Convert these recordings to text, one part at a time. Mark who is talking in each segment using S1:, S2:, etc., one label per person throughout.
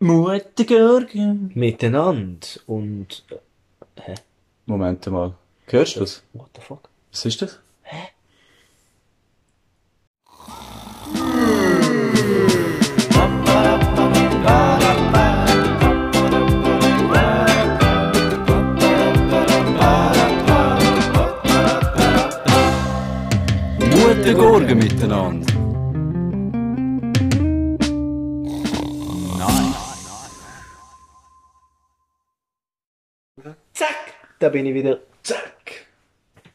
S1: Mutter Görgen.
S2: miteinander und
S1: Moment mal. Hörst du das?
S2: what the fuck?
S1: Was ist das?
S3: Guten Gurgen miteinander.
S2: Zack, da bin ich wieder. Zack.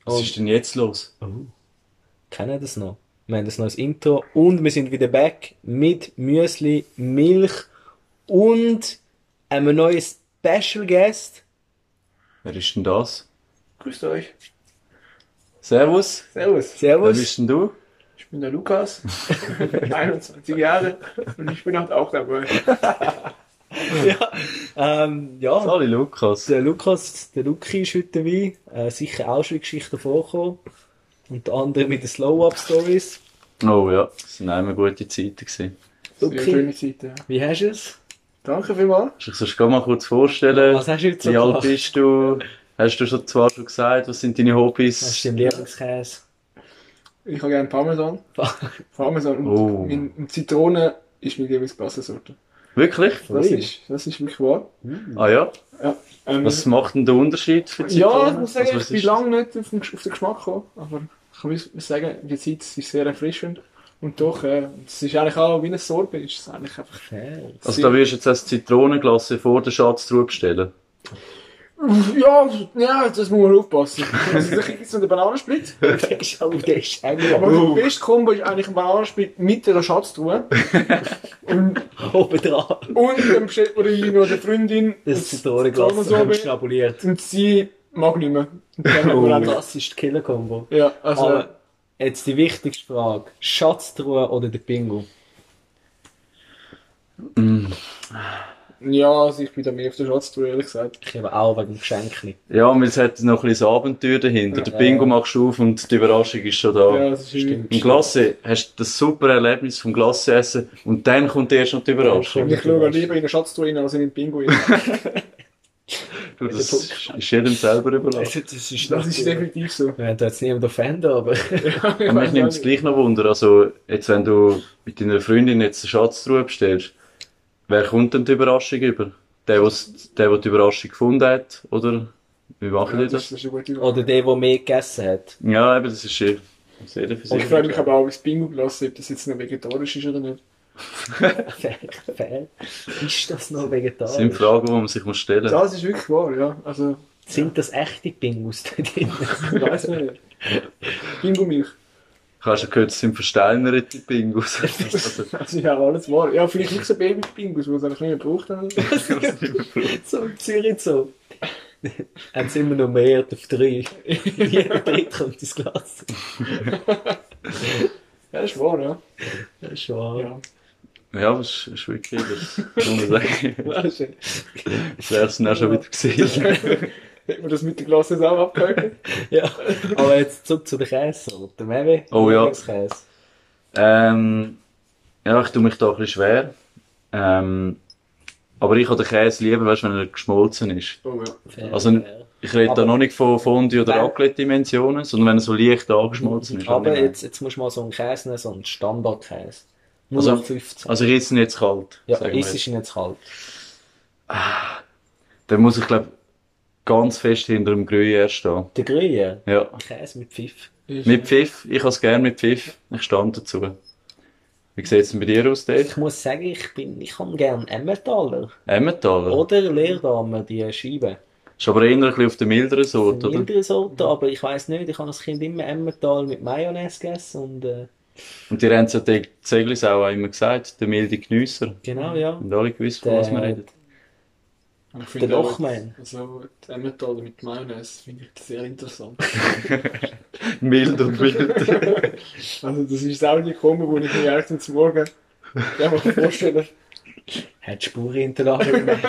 S1: Was ist denn jetzt los?
S2: Kennen ihr das noch? Wir haben das neues Intro und wir sind wieder back mit Müsli, Milch und einem neuen Special Guest.
S1: Wer ist denn das?
S4: Grüßt euch.
S1: Servus.
S4: Servus.
S1: Wer
S2: Servus.
S1: bist denn du?
S4: Ich bin der Lukas, 21 Jahre und ich bin heute auch dabei.
S2: Ähm, ja,
S1: Hallo Lukas.
S2: der Lukas, der Luki ist heute dabei. Äh, sicher auch schon Geschichten vorkommen. Unter anderem mit den Slow-Up-Stories.
S1: Oh ja, das waren immer gute Zeiten. gewesen.
S4: Sehr
S2: Luki,
S4: schöne Zeit, ja.
S2: wie hast du es?
S4: Danke vielmals.
S1: Kannst du dich sonst gerade mal kurz vorstellen?
S2: Was hast du jetzt so
S1: Wie alt
S2: gemacht?
S1: bist du? Hast du schon zwar schon gesagt, was sind deine
S2: Hast
S1: Hobbys?
S2: du den Lieblingskäse?
S4: Ich habe gerne Parmesan. Parmesan und,
S1: Oh.
S4: mein, und Zitrone ist meine Lieblingsgassensorte.
S1: Wirklich?
S4: Das
S2: Ui.
S4: ist, das ist wirklich wahr.
S1: Ah ja?
S4: Ja, ähm,
S1: Was macht denn der Unterschied für die
S4: ja
S1: Zitrone?
S4: ich muss sagen,
S1: Also, was
S4: ich bin
S1: ist-
S4: lange nicht auf den, auf den Geschmack gekommen, aber ich muss muss sagen, die Zeit ist sehr erfrischend. Und doch, äh, es ist eigentlich auch wie ein Sorbet, ist es eigentlich einfach
S2: Käse.
S1: Also da würdest du jetzt das Zitronenglas vor der Schatztruhe bestellen?
S4: Ja, ja, das muss man aufpassen. Also, da kriegt jetzt noch den Bananensplit.
S2: Der ist auch, der ist
S4: Aber
S2: auch
S4: die beste Kombo ist eigentlich ein Bananensplit mit der Schatztruhe. und,
S2: oben dran.
S4: und dann bestellt man irgendwie noch der Freundin
S2: Das Zitronenglas
S4: Zitronensorbet.
S2: haben schnabuliert.
S4: und sie mag nicht mehr. Und dann hat man auch-
S2: Das ist die Killer-Kombo.
S4: Ja, also,
S2: Aber jetzt die wichtigste Frage. Schatztruhe oder der Bingo?
S4: ja, also ich bin da mehr auf der Schatztruhe, ehrlich gesagt.
S2: Ich habe auch wegen dem Geschenk.
S1: Ja, weil es hat noch ein bisschen Abenteuer dahinter. Der Bingo machst du auf und die Überraschung ist schon da.
S4: Ja, also das ist stimmt.
S1: Im Glasse hast du das super Erlebnis vom Glasseessen und dann kommt erst noch die Überraschung.
S4: Und ich schaue lieber in der Schatztruhe rein als in den Pinguin.
S1: Du, Das ist jedem selber überlassen.
S2: ist,
S4: Das ist definitiv so.
S2: Wir haben da jetzt niemanden offenden, aber
S4: Ich
S1: Aber mich
S4: weiß
S1: nimmt es
S4: auch
S1: gleich noch Wunder. Also, jetzt, wenn du mit deiner Freundin jetzt eine Schatztruhe bestellst, wer kommt denn die Überraschung über? Der, was- der, der die Überraschung gefunden hat? Oder wie machen die
S4: nicht. Das
S1: das?
S4: ist eine gute Frage.
S2: oder der, der mehr gegessen hat.
S1: Ja, eben, das ist schön. Sehr für
S4: Und
S1: sich.
S4: Oh, ich frage mich aber auch, wie das Bingo gelassen ob das jetzt noch vegetarisch ist oder nicht.
S2: Fair, fair. Ist das noch
S1: Das sind
S2: vegetarisch?
S1: Fragen, die man sich muss stellen muss.
S4: Das ist wirklich wahr, ja. Also,
S2: Sind das echte Bingos da drin?
S4: Ich weiß nicht. Bingo-Milch.
S1: Ich habe schon gehört, es sind versteinerte Bingos. Also,
S4: Das ist ja alles wahr. Ja, vielleicht nicht so Baby-Bingos, wo es eigentlich nicht mehr braucht. oder?
S2: so in Zürich so. Haben sie immer noch mehr auf drei. Jeder dritte kommt ins Glas.
S4: Ja, das ist wahr, ja.
S2: Das ist schon wahr.
S4: Ja,
S1: ja, aber es ist wirklich, das muss man sagen.
S4: das ist, äh,
S1: Das wäre es dann auch schon wieder gesehen.
S4: Hätten wir das mit dem Glas jetzt auch abgehört?
S2: Ja, aber jetzt zurück zu den Käsesorten. Mewe?
S1: Oh ja.
S2: Lieblingskäse.
S1: Ähm, ja, ich tue mich da ein bisschen schwer. Ähm, aber ich habe den Käse lieber, weißt, wenn er geschmolzen ist.
S4: Oh ja.
S2: Fair,
S1: Also,
S2: fair.
S1: Ich rede da
S2: Aber-
S1: noch nicht von Fondue oder
S2: Nein.
S1: Raclette-Dimensionen, sondern wenn er so leicht angeschmolzen ist.
S2: Also, aber
S1: allgemein.
S2: jetzt, jetzt musst du mal so einen Käse nehmen, so einen Standardkäse. Nur
S1: Also-
S2: also, 15.
S1: Also ich esse ihn jetzt kalt.
S2: ja,
S1: sagen wir
S2: es
S1: jetzt.
S2: ist ihn jetzt kalt.
S1: Dann muss ich, glaube ganz fest hinter dem Gruyère stehen.
S2: Der Grüne,
S1: Ja.
S2: Käse mit Pfiff.
S1: Mit Pfiff. Ich has gern mit Pfiff. Ich stand dazu. Wie sieht's denn bei dir aus, Dave?
S2: Ich muss sagen, ich bin, ich habe gern Emmentaler.
S1: Emmentaler?
S2: Oder Leerdamer, die Scheibe.
S1: Ist aber eher ein bisschen auf der milderen
S2: Eine
S1: Sorte, oder?
S2: mildere Sorte, aber ich weiß nicht, ich habe als Kind immer Emmental mit Mayonnaise gegessen und äh,
S1: Und die haben ja die Zeglis auch immer gesagt, der milde Geniesser.
S2: genau, ja.
S1: Haben alle gewusst, von
S2: Der,
S1: was wir reden.
S4: Ich
S2: Der Lochmann.
S4: Also, die Emmentaler mit Mayonnaise finde ich sehr interessant.
S1: Mild und wild.
S4: Also, das ist auch die Kombo, wo ich mir eigentlich zum Morgen einfach vorstelle.
S2: Hat Spuren hinterlassen. gemerkt.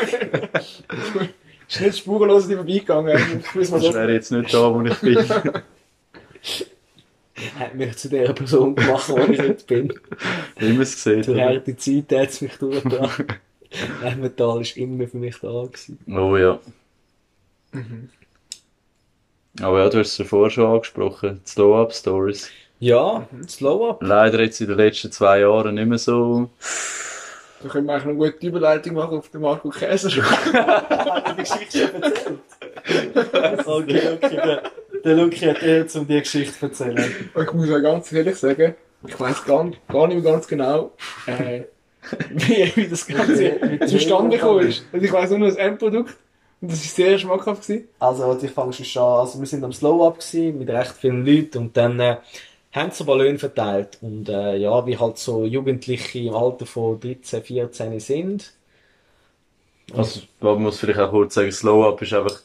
S4: Es ist nicht spurenlos die vorbeigegangen. Ich muss mal
S1: Das
S4: so.
S1: wäre jetzt nicht da, wo ich bin.
S2: hat mich zu der Person gemacht, wo ich heute bin.
S1: Wie man es sieht.
S2: Zur
S1: oder?
S2: harten Zeit hat es mich durchgebracht. Emmental ist immer für mich da gewesen.
S1: Oh ja. Mhm. Aber ja, du hast es ja vorher schon angesprochen, die Slow-Up-Stories.
S2: Ja, Slow-Up.
S1: Leider jetzt in den letzten zwei Jahren nicht mehr so.
S4: Da können wir eigentlich noch eine gute Überleitung machen auf den Marco Käser.
S5: Okay, okay, der, der Luki hat eher, um die Geschichte zu erzählen.
S4: Und ich muss auch ganz ehrlich sagen, ich weiß gar, gar nicht mehr ganz genau, äh, wie, wie das Ganze zustande gekommen ist. Und ich weiß nur noch das Endprodukt. Und das war sehr schmackhaft. Gewesen.
S5: Also, ich fange schon an. Also, wir sind am Slow-Up gewesen, mit recht vielen Leuten und dann äh, haben sie Ballon verteilt. Und äh, ja, wie halt so Jugendliche im Alter von 13, 14 sind.
S1: Also, man muss vielleicht auch kurz sagen, Slow-Up ist einfach,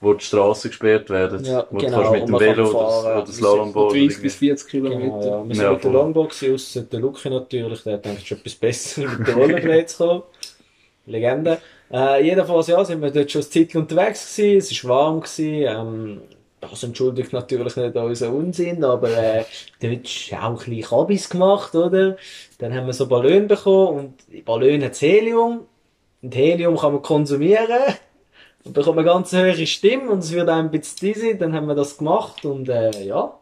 S1: wo die Straßen gesperrt werden.
S5: Ja,
S1: wo
S5: genau,
S1: du kannst mit
S5: und
S1: dem
S5: man
S1: Velo
S5: kann fahren.
S1: oder,
S5: Wir
S1: oder
S5: sind
S4: Von
S1: Slalomboard.
S4: 30 bis 40
S5: Genau,
S4: Kilometer.
S5: ja. Wir sind
S1: Ja,
S5: mit der
S1: voll.
S5: Longbox raus, der Luki natürlich, der denkt, es ist etwas Besseres mit der Rollerblades gekommen. Legende. Äh, jedenfalls, ja, sind wir dort schon ein Zeitchen unterwegs gewesen, es war warm gewesen, ähm, das entschuldigt natürlich nicht unseren Unsinn, aber äh, dort ist auch ein bisschen Kabis gemacht, oder? Dann haben wir so Ballon bekommen und die Ballon hat Helium und Helium kann man konsumieren und bekommt eine ganz hohe Stimme und es wird einem ein bisschen dizzy, dann haben wir das gemacht und äh, ja,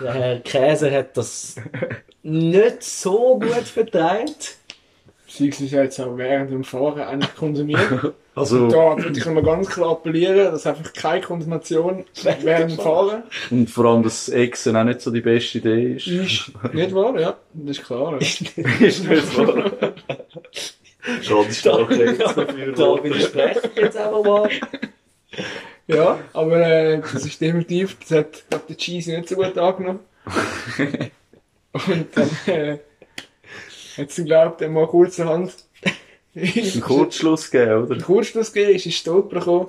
S5: der Herr Käser hat das nicht so gut verteilt.
S4: Sie ist jetzt auch während dem Fahren eigentlich konsumiert.
S1: Also,
S4: Da würde ich nochmal ganz klar appellieren, dass einfach keine Konsumation während dem Fahren
S1: und vor allem, dass Exen auch nicht so die beste Idee ist.
S4: ist. Nicht wahr? Ja, das ist klar. Ja.
S1: ist nicht wahr. Schade, ist
S2: Da,
S1: auch nicht
S2: da widerspreche ich jetzt einfach mal.
S4: Ja, aber äh, das ist definitiv, das hat glaub, der Cheese nicht so gut angenommen. Und dann äh, hat sie, glaubt, dann mal kurzerhand
S1: Einen
S4: einen
S1: Kurzschluss gegeben, oder?
S4: Kurzschluss gegeben, ist ins Stolpern gekommen.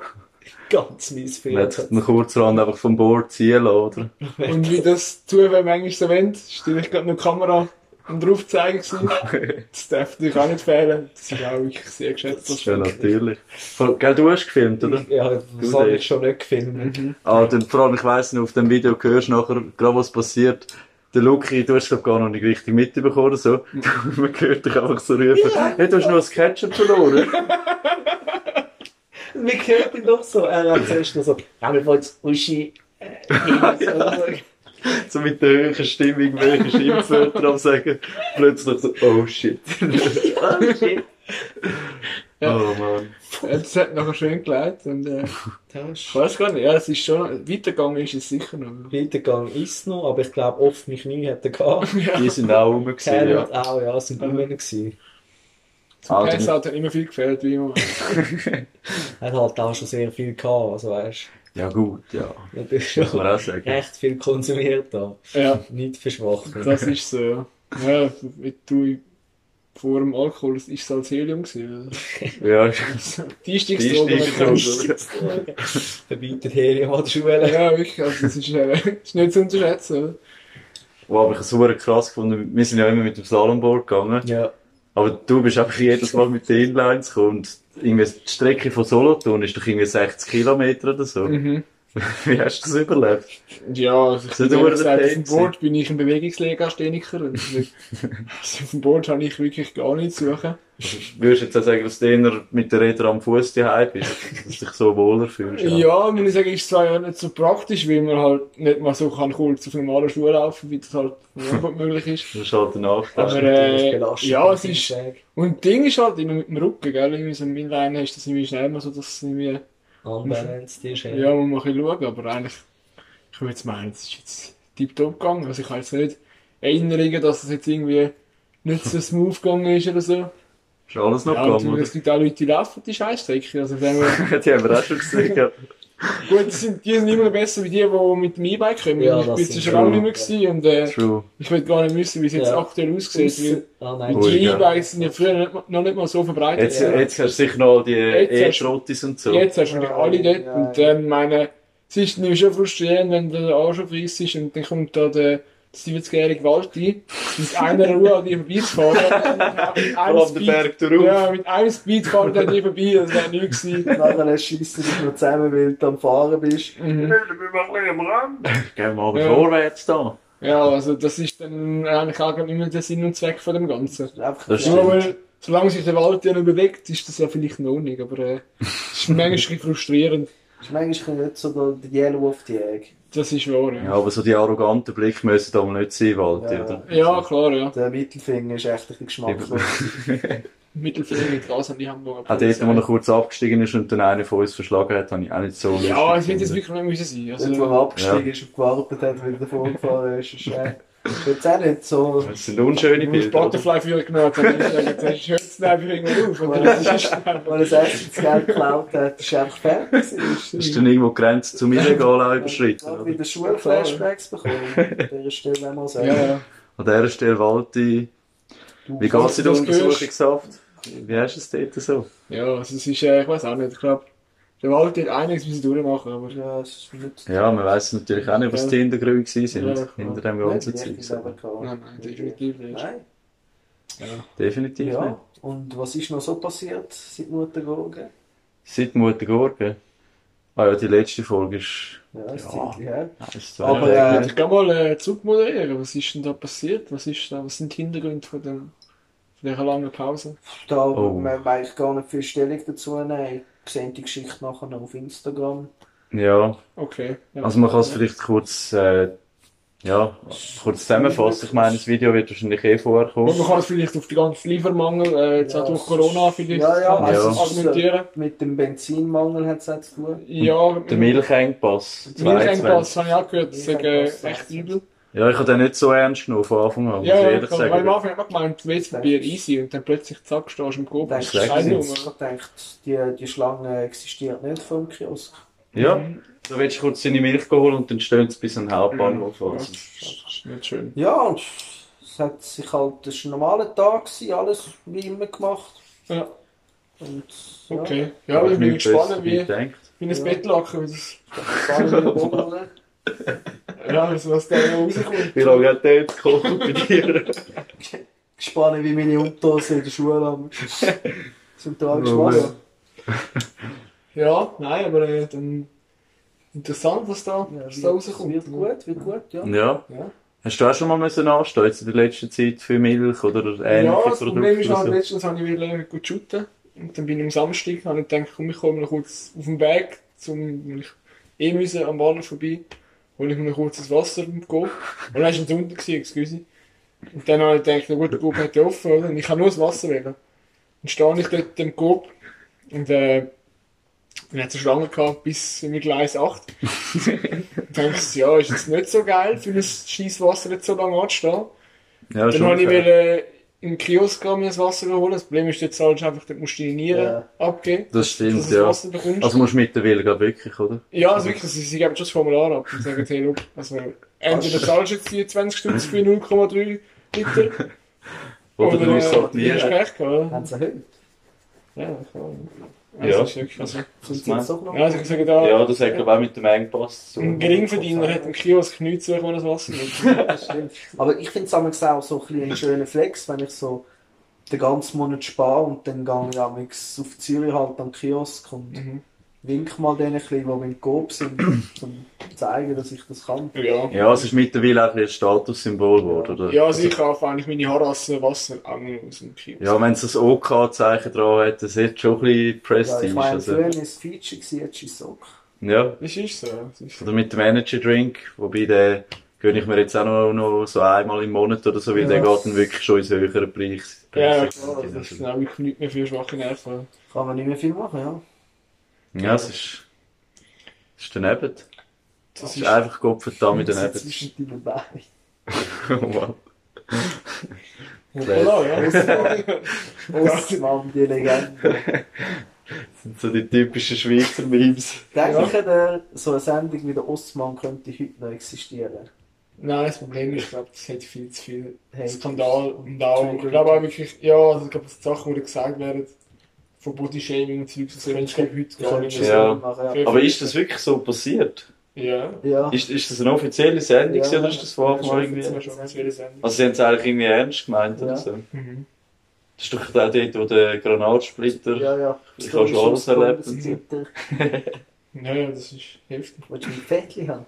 S2: Ganz mies
S1: Man hat
S2: Fehler.
S1: einen Kurzrand einfach vom Board ziehen lassen, oder?
S4: Und wie das Zufall manchmal so wendet, ist natürlich gerade noch die Kamera am draufzeigen gewesen. Das darf natürlich auch nicht fehlen. Das ist auch wirklich sehr geschätzt.
S1: Ja, natürlich. Vor- Gell, du hast gefilmt, oder?
S2: Ja,
S1: ne?
S2: das habe ich schon nicht gefilmt.
S1: Ah, dann, vor allem, ich weiss noch, auf dem Video hörst du nachher, gerade was passiert. Der Luki, du hast glaub gar noch nicht richtig mitbekommen oder so. Man hört dich einfach so rufen. Hey, du hast noch das Ketchup verloren.
S2: Mir gehört ihn doch so. Er hat zuerst noch so, ja, wir wollen jetzt Uschi. Äh,
S1: so mit der höheren Stimme irgendwelche Schimpfwörter am sagen. Plötzlich so, oh shit.
S2: oh, shit.
S1: Oh man.
S4: Ja, Äh, das hat nachher schön geleitet. Und, äh, ich
S2: Da ist-
S4: weiß gar nicht, ja, es ist schon, weitergegangen ist es sicher noch.
S2: Weitergang ist noch, aber ich glaube, oft mich nie hat er gehabt.
S1: Die sind auch rum gewesen,
S2: Kennen
S1: ja. Ah,
S2: auch, ja, sind immer gewesen.
S4: Zum
S1: Also-
S4: Käse hat halt immer viel gefällt, wie immer.
S2: Er hat halt auch schon sehr viel gehabt, also weißt
S1: Ja gut, ja.
S2: du. Er hat
S1: Muss
S2: schon
S1: man auch sagen.
S2: recht viel konsumiert da.
S4: Ja.
S2: Nicht verschwachen.
S4: Das ist so, ja. Ja, mit du vor dem Alkohol, das ist als Helium gewesen.
S1: Ja,
S4: Also,
S1: die
S4: Dienstagsdroge.
S1: Stimme
S2: Verbietet Helium an der Schule.
S4: Ja, wirklich, also das ist, äh, das ist nicht zu unterschätzen. oder?
S1: Wo habe ich es super krass gefunden. Wir sind ja immer mit dem Slalomboard gegangen.
S2: Ja.
S1: Aber du bist einfach jedes Mal mit den Inlines gekommen. Und irgendwie die Strecke von Solothurn ist doch irgendwie 60 Kilometer oder so.
S4: Mm.
S1: Wie hast du das überlebt?
S4: Ja, also
S1: Mhm.
S4: ich
S1: So
S4: bin ehrlich
S1: dauert
S4: gesagt,
S1: der
S4: auf dem
S1: Pain
S4: Board bin ich ein Bewegungslegastheniker. und ich- Also auf dem Board habe ich wirklich gar nichts zu suchen.
S1: Würdest du jetzt auch sagen, dass du eher mit den Rädern am Fuß daheim bist? Dass du dich so wohler fühlst?
S4: Ja, muss ich sagen, ist zwar ja nicht so praktisch, weil man halt nicht mal so kann kurz auf normalen Schuhen laufen, wie das halt nur gut möglich ist.
S1: Das ist halt ein Nachteil.
S4: Aber
S2: Natürlich
S4: äh,
S2: belastend,
S4: ja,
S2: muss
S4: es
S2: ich
S4: ist,
S2: sagen.
S4: Und das Ding ist halt immer mit dem Rücken, gell? Irgendwie so ein Inliner ist das irgendwie schnell mal so, dass es irgendwie.
S2: Unbalanced ist er.
S4: Ja, man muss ein bisschen schauen, aber eigentlich. Ich würde jetzt meinen, es ist jetzt tiptop gegangen. Also ich kann jetzt nicht erinnern, dass es jetzt irgendwie nicht so smooth gegangen ist oder so.
S1: Ist alles noch
S4: Ja,
S1: gegangen,
S4: und
S1: oder?
S4: es gibt auch Leute, die laufen die Scheißstrecke. Also wenn wir,
S1: Die haben wir auch schon gesehen. ja.
S4: gut, die sind, die sind immer besser wie die, die mit dem E-Bike kommen.
S2: Ja,
S4: ich
S2: das
S4: bin jetzt
S2: sind
S4: schon lange
S1: schon-
S4: nicht mehr gewesen und äh,
S1: True.
S4: ich will gar nicht wissen, wie es jetzt
S2: Ja.
S4: aktuell aussieht.
S2: Aussen-
S4: Weil
S2: Ah, nein,
S1: Ui.
S2: die-
S4: die
S1: ja.
S4: E-Bikes sind ja früher nicht, mal- noch nicht mal so verbreitet.
S1: Jetzt,
S2: Ja.
S1: jetzt hast du sicher noch die eh,
S4: Jetzt hast-
S1: E-Schrottis und so.
S4: Jetzt hast du natürlich
S2: Ja,
S4: alle dort
S2: ja,
S4: und
S2: ja.
S4: dann meine, es ist nämlich schon frustrierend, wenn der Arsch auf Eis ist und dann kommt da der 70-jährige Walti mit einer Ruhe an dir vorbeizufahren. Und mit einem
S1: Vor allem den
S4: Speed-
S1: Berg drauf.
S4: Ja, mit einem Speed fährt er an dir vorbei, das wäre nichts gewesen.
S5: Nachher schießt du dich noch zusammen, weil du am Fahren bist.
S2: Mhm.
S1: Gehen wir aber
S4: Ja.
S1: vorwärts da.
S4: Ja, also das ist dann eigentlich auch gar nicht mehr der Sinn und Zweck von dem Ganzen.
S5: Einfach
S1: Das
S4: Nur
S1: stimmt.
S4: weil solange sich der Wald ja noch bewegt, ist das ja vielleicht noch nicht, aber äh, es ist manchmal ein bisschen frustrierend.
S6: ist manchmal nicht so der, der Yellow auf die Egg.
S4: Das ist wahr, ja.
S1: Ja, aber so die arroganten Blicke müssen da mal nicht sein, Walti,
S6: Ja.
S1: oder?
S4: Ja, klar, ja.
S6: Der Mittelfinger ist echt ein bisschen geschmacklos.
S4: Mittelfinger mit Gras an die Hamburger
S1: Auch Ah, dort, wo er
S4: Polizei.
S1: kurz abgestiegen ist und dann einer von uns verschlagen hat, habe ich auch nicht so
S4: Ja, es
S1: lustig
S4: wird jetzt
S1: gefunden.
S4: wirklich nicht müssen sein.
S6: Dort, wo er
S4: Also,
S6: abgestiegen ist und gewartet hat, weil er davor gefahren ist, ist äh, jetzt auch nicht so.
S1: Das sind unschöne
S4: wenn du
S1: Bilder. oder?
S4: Butterfly für euch genommen hast, dann ist es jetzt schön zu nehmen, irgendwo auf. Oder? Das ist
S6: Wenn er selbst das Geld geklaut hat, ist er einfach fertig.
S1: Ist dann irgendwo die Grenze zum Illegal auch überschritten,
S6: Gerade
S1: oder?
S6: wieder Schulflashbacks bekommen. An dieser Stelle einmal sagen.
S4: ja, ja.
S1: An dieser Stelle, Walti, wie geht es dir
S4: falls
S1: um
S4: du das
S1: den Suchungshaft? Wie hast du es dort so?
S4: Ja, also es ist, äh, ich weiß auch nicht, ich glaube, der Wald hat einiges müssen durchmachen, aber ja.
S6: Ja, es ist nicht.
S1: Ja, man weiss natürlich auch nicht, was die Hintergründe gewesen sind,
S4: Ja, klar.
S1: hinter dem
S6: Nicht
S1: ganzen
S6: richtig
S1: Zeug.
S6: selber
S1: so.
S6: gehabt.
S4: nein, nein, definitiv nicht.
S6: Nein.
S1: Definitiv nicht.
S6: Ja. Und was ist noch so passiert seit Mutter gegangen?
S1: Seit Mutter Gorge. Ah ja, die letzte Folge ist...
S6: Ja, ist
S1: Ja.
S6: ja. her.
S1: ist
S6: Aber,
S1: zwei Tage
S6: äh,
S1: her.
S4: Ich kann mal äh, zurückmoderieren, was ist denn da passiert? Was ist da, was sind die Hintergründe von, dem, von dieser langen Pause?
S6: Da
S1: Oh.
S6: oh. wir eigentlich gar nicht viel Stellung dazu nehmen. Ich sehe die Geschichte nachher noch auf Instagram.
S1: äh, Ja,
S4: Okay. Ja.
S1: also man kann es vielleicht kurz, äh, ja, kurz zusammenfassen. Ich meine, das Video wird wahrscheinlich eh vorher
S4: Und
S1: kommen.
S4: man kann es vielleicht auf den ganzen Liefermangel, äh, jetzt
S6: Ja,
S4: auch durch
S6: es-
S4: Corona vielleicht
S6: Ja, ja,
S1: also es
S6: ist, äh,
S4: argumentieren.
S6: Mit dem Benzinmangel hat es auch zu tun.
S4: Ja,
S1: Der Milchengpass.
S4: Milchengpass
S1: 22.
S4: habe ich auch gehört, das ist äh,
S6: Milchengpass,
S4: echt übel.
S1: Ja, ich habe den nicht so ernst genommen von Anfang an, muss
S4: Ja,
S1: ich
S4: ja,
S1: ehrlich
S4: klar. weil am
S1: sagen.
S4: Anfang hat man gemeint, WC-Bier easy und dann plötzlich zack, stehst du im Kopf.
S6: Denkst,
S1: Schlecht
S4: Keine
S6: Scheiße,
S4: Nummer.
S6: ich denke, die, die Schlange existiert nicht vom Kiosk.
S1: Ja, da willst du kurz deine Milch holen und dann stehen sie bis an den Hauptbahnhof. Also,
S4: Ja,
S1: an.
S4: das ist nicht schön.
S6: Ja, und es hat sich halt, es war ein normaler Tag, gewesen, alles wie immer gemacht.
S4: Ja.
S6: Und, ja,
S4: Okay. Ja, aber ich bin gespannt, wie,
S1: denkt.
S4: wie ein
S6: Ja.
S4: Bettlaken, wie das,
S6: spannende Woche.
S4: ja, also was da noch rauskommt.
S1: Wie lange hat der jetzt gekocht bei dir?
S6: Spannend, wie meine Unterhosen in der Schule am- sind
S1: Oh,
S6: da angeschmissen.
S4: Ja, nein, aber äh, dann interessant, was da,
S6: Ja,
S4: was
S6: wird-
S4: da rauskommt. ne?
S6: Wird gut, wird gut, ja.
S1: Ja.
S6: Ja.
S1: Hast du auch schon mal müssen anstehen jetzt in der letzten Zeit für Milch oder ähnliche
S4: ja, das Problem
S1: Produkte?
S4: ist halt,
S1: oder so?
S4: letztens habe ich wieder gut shooten. Und dann bin ich am Samstag, habe ich gedacht, komm, ich komme noch kurz auf den Weg, zum, ich eh müssen am Bahnhof vorbei, hole ich mir noch kurz das Wasser und gehe. Und dann war es am Sonntag, gewesen, excuse. Und dann habe ich gedacht, na gut, der Coop hat ja offen, oder? Und ich kann nur das Wasser wählen. Dann stehe ich dort im Coop und, äh, dann hat es eine Schlange gehabt bis in die Gleis 8. und dann ich, ja, ist jetzt nicht so geil, für ein scheiß Wasser jetzt so lange anzustehen.
S1: Ja,
S4: Dann habe ich mir
S1: fair.
S4: äh, im Kiosk gehen, mir das Wasser holen. Das Problem ist, jetzt zahlst du einfach, dann musst du deine Nieren
S6: Ja.
S4: abgeben,
S1: Das
S4: dass
S1: stimmt,
S4: du das
S1: ja.
S4: Wasser bekommst.
S1: Also musst du mittlerweile gerade wirklich, oder?
S4: ja, also wirklich, sie, sie geben schon das Formular ab und sagen, hey, look, also, entweder zahlst du jetzt die 20 Stutz für 0,3 Liter
S1: Oder du musst halt nie.
S4: nie. Hast recht, gehabt, oder?
S6: Haben sie erhöht.
S4: Ja, klar.
S1: Ja.
S4: Also, ist wirklich, also,
S6: Sind sie
S1: meinst
S6: jetzt auch noch?
S4: ja, also ich sage da,
S1: Ja, das hat glaube ich auch mit dem Engpass zu
S4: ein
S1: tun.
S4: Geringverdiener hat im Kiosk nichts zu suchen, wo das Wasser nimmt.
S6: Stimmt. Aber ich finde es auch so ein bisschen einen schönen Flex, wenn ich so den ganzen Monat spare und dann gehe ich amigs auf Zürich halt am Kiosk und
S4: Mhm.
S6: wink mal denen, ein bisschen, die mit Coop sind, um zu zeigen, dass ich das kann.
S4: Ja.
S1: Ja, also- es ist mittlerweile auch ein bisschen ein Statussymbol geworden, oder?
S4: Ja, also ich kaufe eigentlich meine Haarassen Wasser auch nur aus dem Kiosk.
S1: Also, Ja, wenn es das OK-Zeichen dran hat, das hat schon ein bisschen
S6: Ja,
S1: Prestige.
S6: ich meine,
S1: also,
S6: früher war es Feature, gewesen, jetzt ist es so.
S1: ja.
S4: Das ist so. Das ist so.
S1: Oder mit dem Energy Drink, wobei den gönne ich mir jetzt auch noch, noch so einmal im Monat oder so, weil der geht dann wirklich schon ins höhere Preis. Also,
S4: Ja,
S1: Preis-
S4: klar, das ist genau wirklich nicht mehr für schwache Nerven.
S6: Kann man nicht mehr viel machen, ja.
S1: ja, es ist, es ist daneben.
S4: Das
S1: Es ist einfach Gottverdammt
S6: Das ist
S1: daneben.
S6: zwischen deinen Beinen.
S1: Oh, wow.
S4: Voilà, genau, ja.
S6: Ausmann, die Legende.
S1: Das sind so die typischen Schweizer Memes.
S6: Denke dir, so eine Sendung wie der Osman könnte heute noch existieren.
S4: Nein, das Problem ist, ich glaube, das hat viel zu viel
S6: Hey,
S4: Skandal und auch, ich glaube auch wirklich, ja, also ich glaube, die Sachen, die gesagt werden, von Bodyshaming und Zeugs, das könnte ich glaube heute
S6: das
S4: gar
S6: könnte
S4: nicht
S6: schon
S4: mehr
S1: Ja.
S6: so machen,
S1: Aber ist das wirklich so passiert?
S4: Ja.
S6: ja.
S1: Ist, ist das eine offizielle Sendung
S6: Ja.
S1: oder ist das von Anfang an
S4: Das
S1: irgendwie?
S4: ist schon eine offizielle Sendung.
S1: Also sie haben es eigentlich irgendwie ernst gemeint oder
S6: Ja.
S1: so.
S4: Mhm.
S1: Das ist doch auch dort, wo der Granatsplitter...
S6: Ja, ja.
S1: Ich habe schon alles erlebt und so.
S6: Twitter.
S4: Ja, das ist heftig.
S6: Willst du ein Fettchen haben?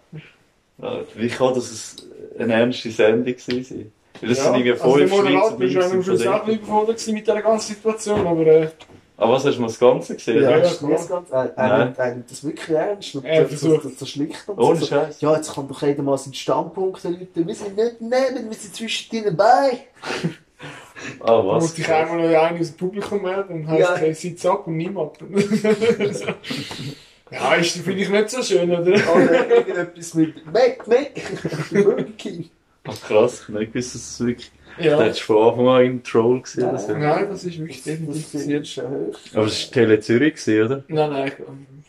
S1: Ah, Wie kann das ein- eine ernste Sendung gewesen sein? Das sind irgendwie
S4: also der
S1: fünf Schweizer
S4: Moderator war ja am
S1: Teams.
S4: Schluss auch ein
S1: von denen.
S4: bisschen überfordert gewesen mit dieser ganzen Situation, aber äh,
S1: Ah, was hast du mal das Ganze gesehen?
S4: Ja.
S6: das ist
S4: klar.
S6: nicht ganz, er, er,
S1: Nein.
S6: nimmt einem das wirklich ernst und
S4: Er
S6: er versucht
S4: versucht-
S6: das zu schlichten. und
S1: Ohne
S6: so.
S1: Scheiß.
S6: Ja, jetzt kann doch jeder mal seinen Standpunkt erläutern. Wir sind nicht neben, wir sind zwischen deinen Beinen.
S1: Ah,
S4: da
S1: was?
S4: musste ich einmal noch einen aus dem Publikum melden und heisst,
S6: Ja.
S4: hey, sitz ab und niemand. ja, ist vielleicht nicht so schön, oder?
S6: Oder irgendetwas mit Mac, Mac. Burger King.
S1: Ach, krass. Nicht gewusst, dass es wirklich. Ja.
S4: Ja.
S1: Das war von Anfang an ein Troll. Gewesen,
S6: Nein,
S1: oder so.
S4: Nein, das ist wirklich definitiv
S6: Das
S4: passiert.
S6: ist schon hoch.
S1: Aber es war Tele Zürich, gewesen, oder?
S4: Nein, nein, ich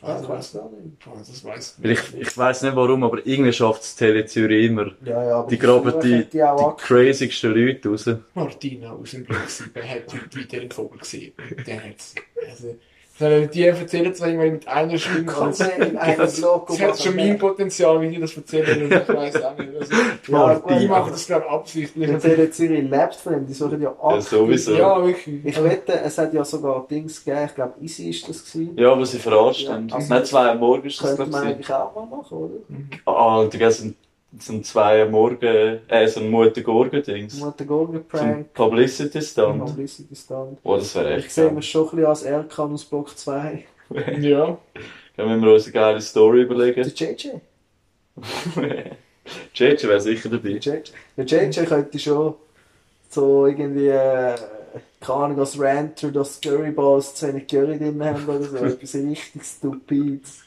S6: Ah,
S4: also,
S6: ich
S4: weiss
S6: weiß gar nicht.
S4: Boah, das weiss ich
S1: Weil ich, ich weiss nicht warum, aber irgendwie schafft es Tele Zürich immer.
S6: Ja, ja, aber
S1: Die graben die,
S6: hätte
S1: die
S6: auch
S1: crazysten Leute raus.
S4: Martina aus dem Blog gewesen, der hat heute wieder einen Vogel gesehen. Der hat's. Also, sondern die erzählen zwar irgendwie mit einer Stimme, aber es,
S6: angekündigt. Das
S4: es hat schon mein Potenzial, wie die das erzählen, und ich weiss auch nicht. Also, die machen das gerade absichtlich.
S6: Und der Zürich lebt von ihm, die suchen ja ab.
S1: Ja, sowieso.
S4: Ja, wirklich.
S6: Ich wette, es hat ja sogar Dings gegeben, ich glaube, Easy ist das gewesen.
S1: Ja, wo sie verarscht haben.
S6: Ja.
S1: Also nicht zwei am Morgen ist das,
S6: Könnte
S1: glaube
S6: man
S1: ich.
S6: eigentlich auch mal machen, oder?
S1: Ah, und da sind, sind zwei am Morgen, äh, so ein Mutter-Gorgen-Dings.
S6: Mutter Gorgon
S1: So ein
S6: Prank,
S1: Publicity-Stunt.
S6: Publicity Stunt.
S1: Oh, das wäre
S6: Ich
S1: echt
S6: sehe
S1: geil.
S6: mir schon ein bisschen als Erkan aus Block 2.
S4: Ja.
S1: Da müssen wir uns eine geile Story
S6: Der
S1: überlegen.
S6: JJ.
S1: JJ wäre sicher dabei.
S6: Der JJ. Der JJ könnte schon so irgendwie, äh, keine Ahnung, als Rant oder als Curryballs zu wenig Curry drin haben oder so. Etwas richtig Stupides.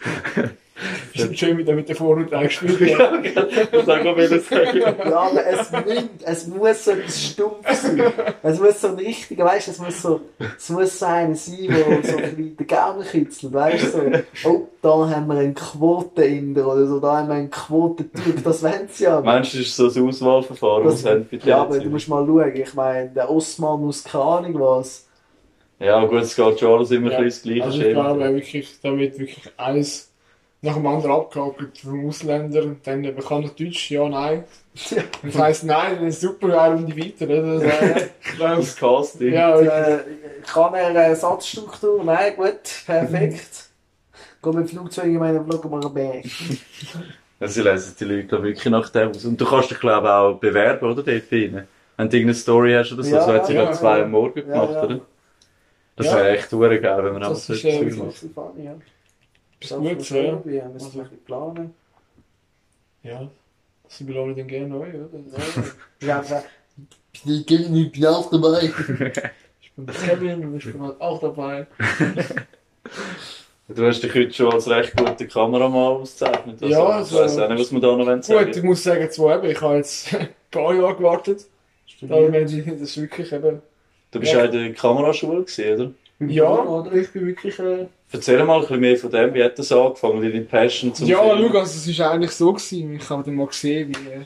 S4: Ist schön, wie der mit der Vorurteil gespielt hat.
S1: Das habe ich auch wieder sagen.
S6: Ja, aber es münd, es muss so etwas stumpf sein. Es muss so ein richtiger, weißt du, es muss so, es muss so einer sein, der so ein bisschen den Gaumen kitzelt, weißt du, so, oh, da haben wir einen Quoteninder oder so, da haben wir einen Quotentyp, das wollen sie ja.
S1: Meinst du, das ist so das Auswahlverfahren, das,
S6: Das,
S1: sie haben bei
S6: ja, aber du
S1: Telezüge?
S6: musst mal schauen, ich meine, der Osman aus keine Ahnung was,
S1: Ja, gut, es geht schon alles immer
S4: Ja.
S1: ein bisschen das
S4: Also
S1: gleiche
S4: ich
S1: Schema.
S4: glaube wirklich, da wird wirklich alles nach dem anderen abgehakt vom Ausländer. Und dann eben kann noch Deutsch, ja, nein. Und das heisst nein, dann ist super, wir um die weiter, oder? Das, äh,
S1: Das Casting.
S4: ja, wirklich.
S6: äh, kann er eine Satzstruktur, nein, gut, perfekt. Geh mit dem Flugzeug in meinen Vlog mal weg.
S1: Ja, Also, Sie lesen die Leute glaub, wirklich nach dem aus. Und du kannst dich, glaube ich, auch bewerben, oder? Dort rein. Wenn du irgendeine Story hast oder so.
S6: Ja,
S1: so hat sie
S4: ja,
S1: gerade zwei
S6: ja.
S1: am Morgen
S6: Ja,
S1: gemacht,
S6: ja.
S1: oder? Das
S4: Ja.
S1: wäre echt super geil, wenn man auch
S4: Das
S1: so
S4: ist,
S1: etwas
S4: äh,
S1: machen.
S6: Das ist funny, ja.
S4: Ist
S6: Das
S4: gut,
S6: muss
S4: ja. Also.
S6: irgendwie, Wir müssen ein bisschen planen.
S4: Ja, sie belohnen den gerne neu, oder?
S6: Ja, ja. Ich gebe nicht Glas dabei.
S4: Ich bin bei Kevin und ich bin halt auch dabei.
S1: Du hast dich heute schon als recht guter Kameramann ausgezeichnet. Also,
S4: Ja,
S1: ich weiß
S4: also-
S1: auch nicht, was man da noch sagen
S4: Gut, ich
S1: wollen.
S4: muss sagen, zwei eben, ich habe jetzt ein paar Jahre gewartet. Aber wenn sie- das ist wirklich eben...
S1: Du bist auch in der Kameraschule, gewesen, oder?
S4: Ja, oder? Ich bin wirklich... Äh,
S1: Erzähl mal ein bisschen mehr von dem, wie hat das angefangen, deine Passion zum
S4: ja,
S1: Filmen?
S4: schau, also es war eigentlich so, gewesen. ich habe dann mal gesehen, wie, äh,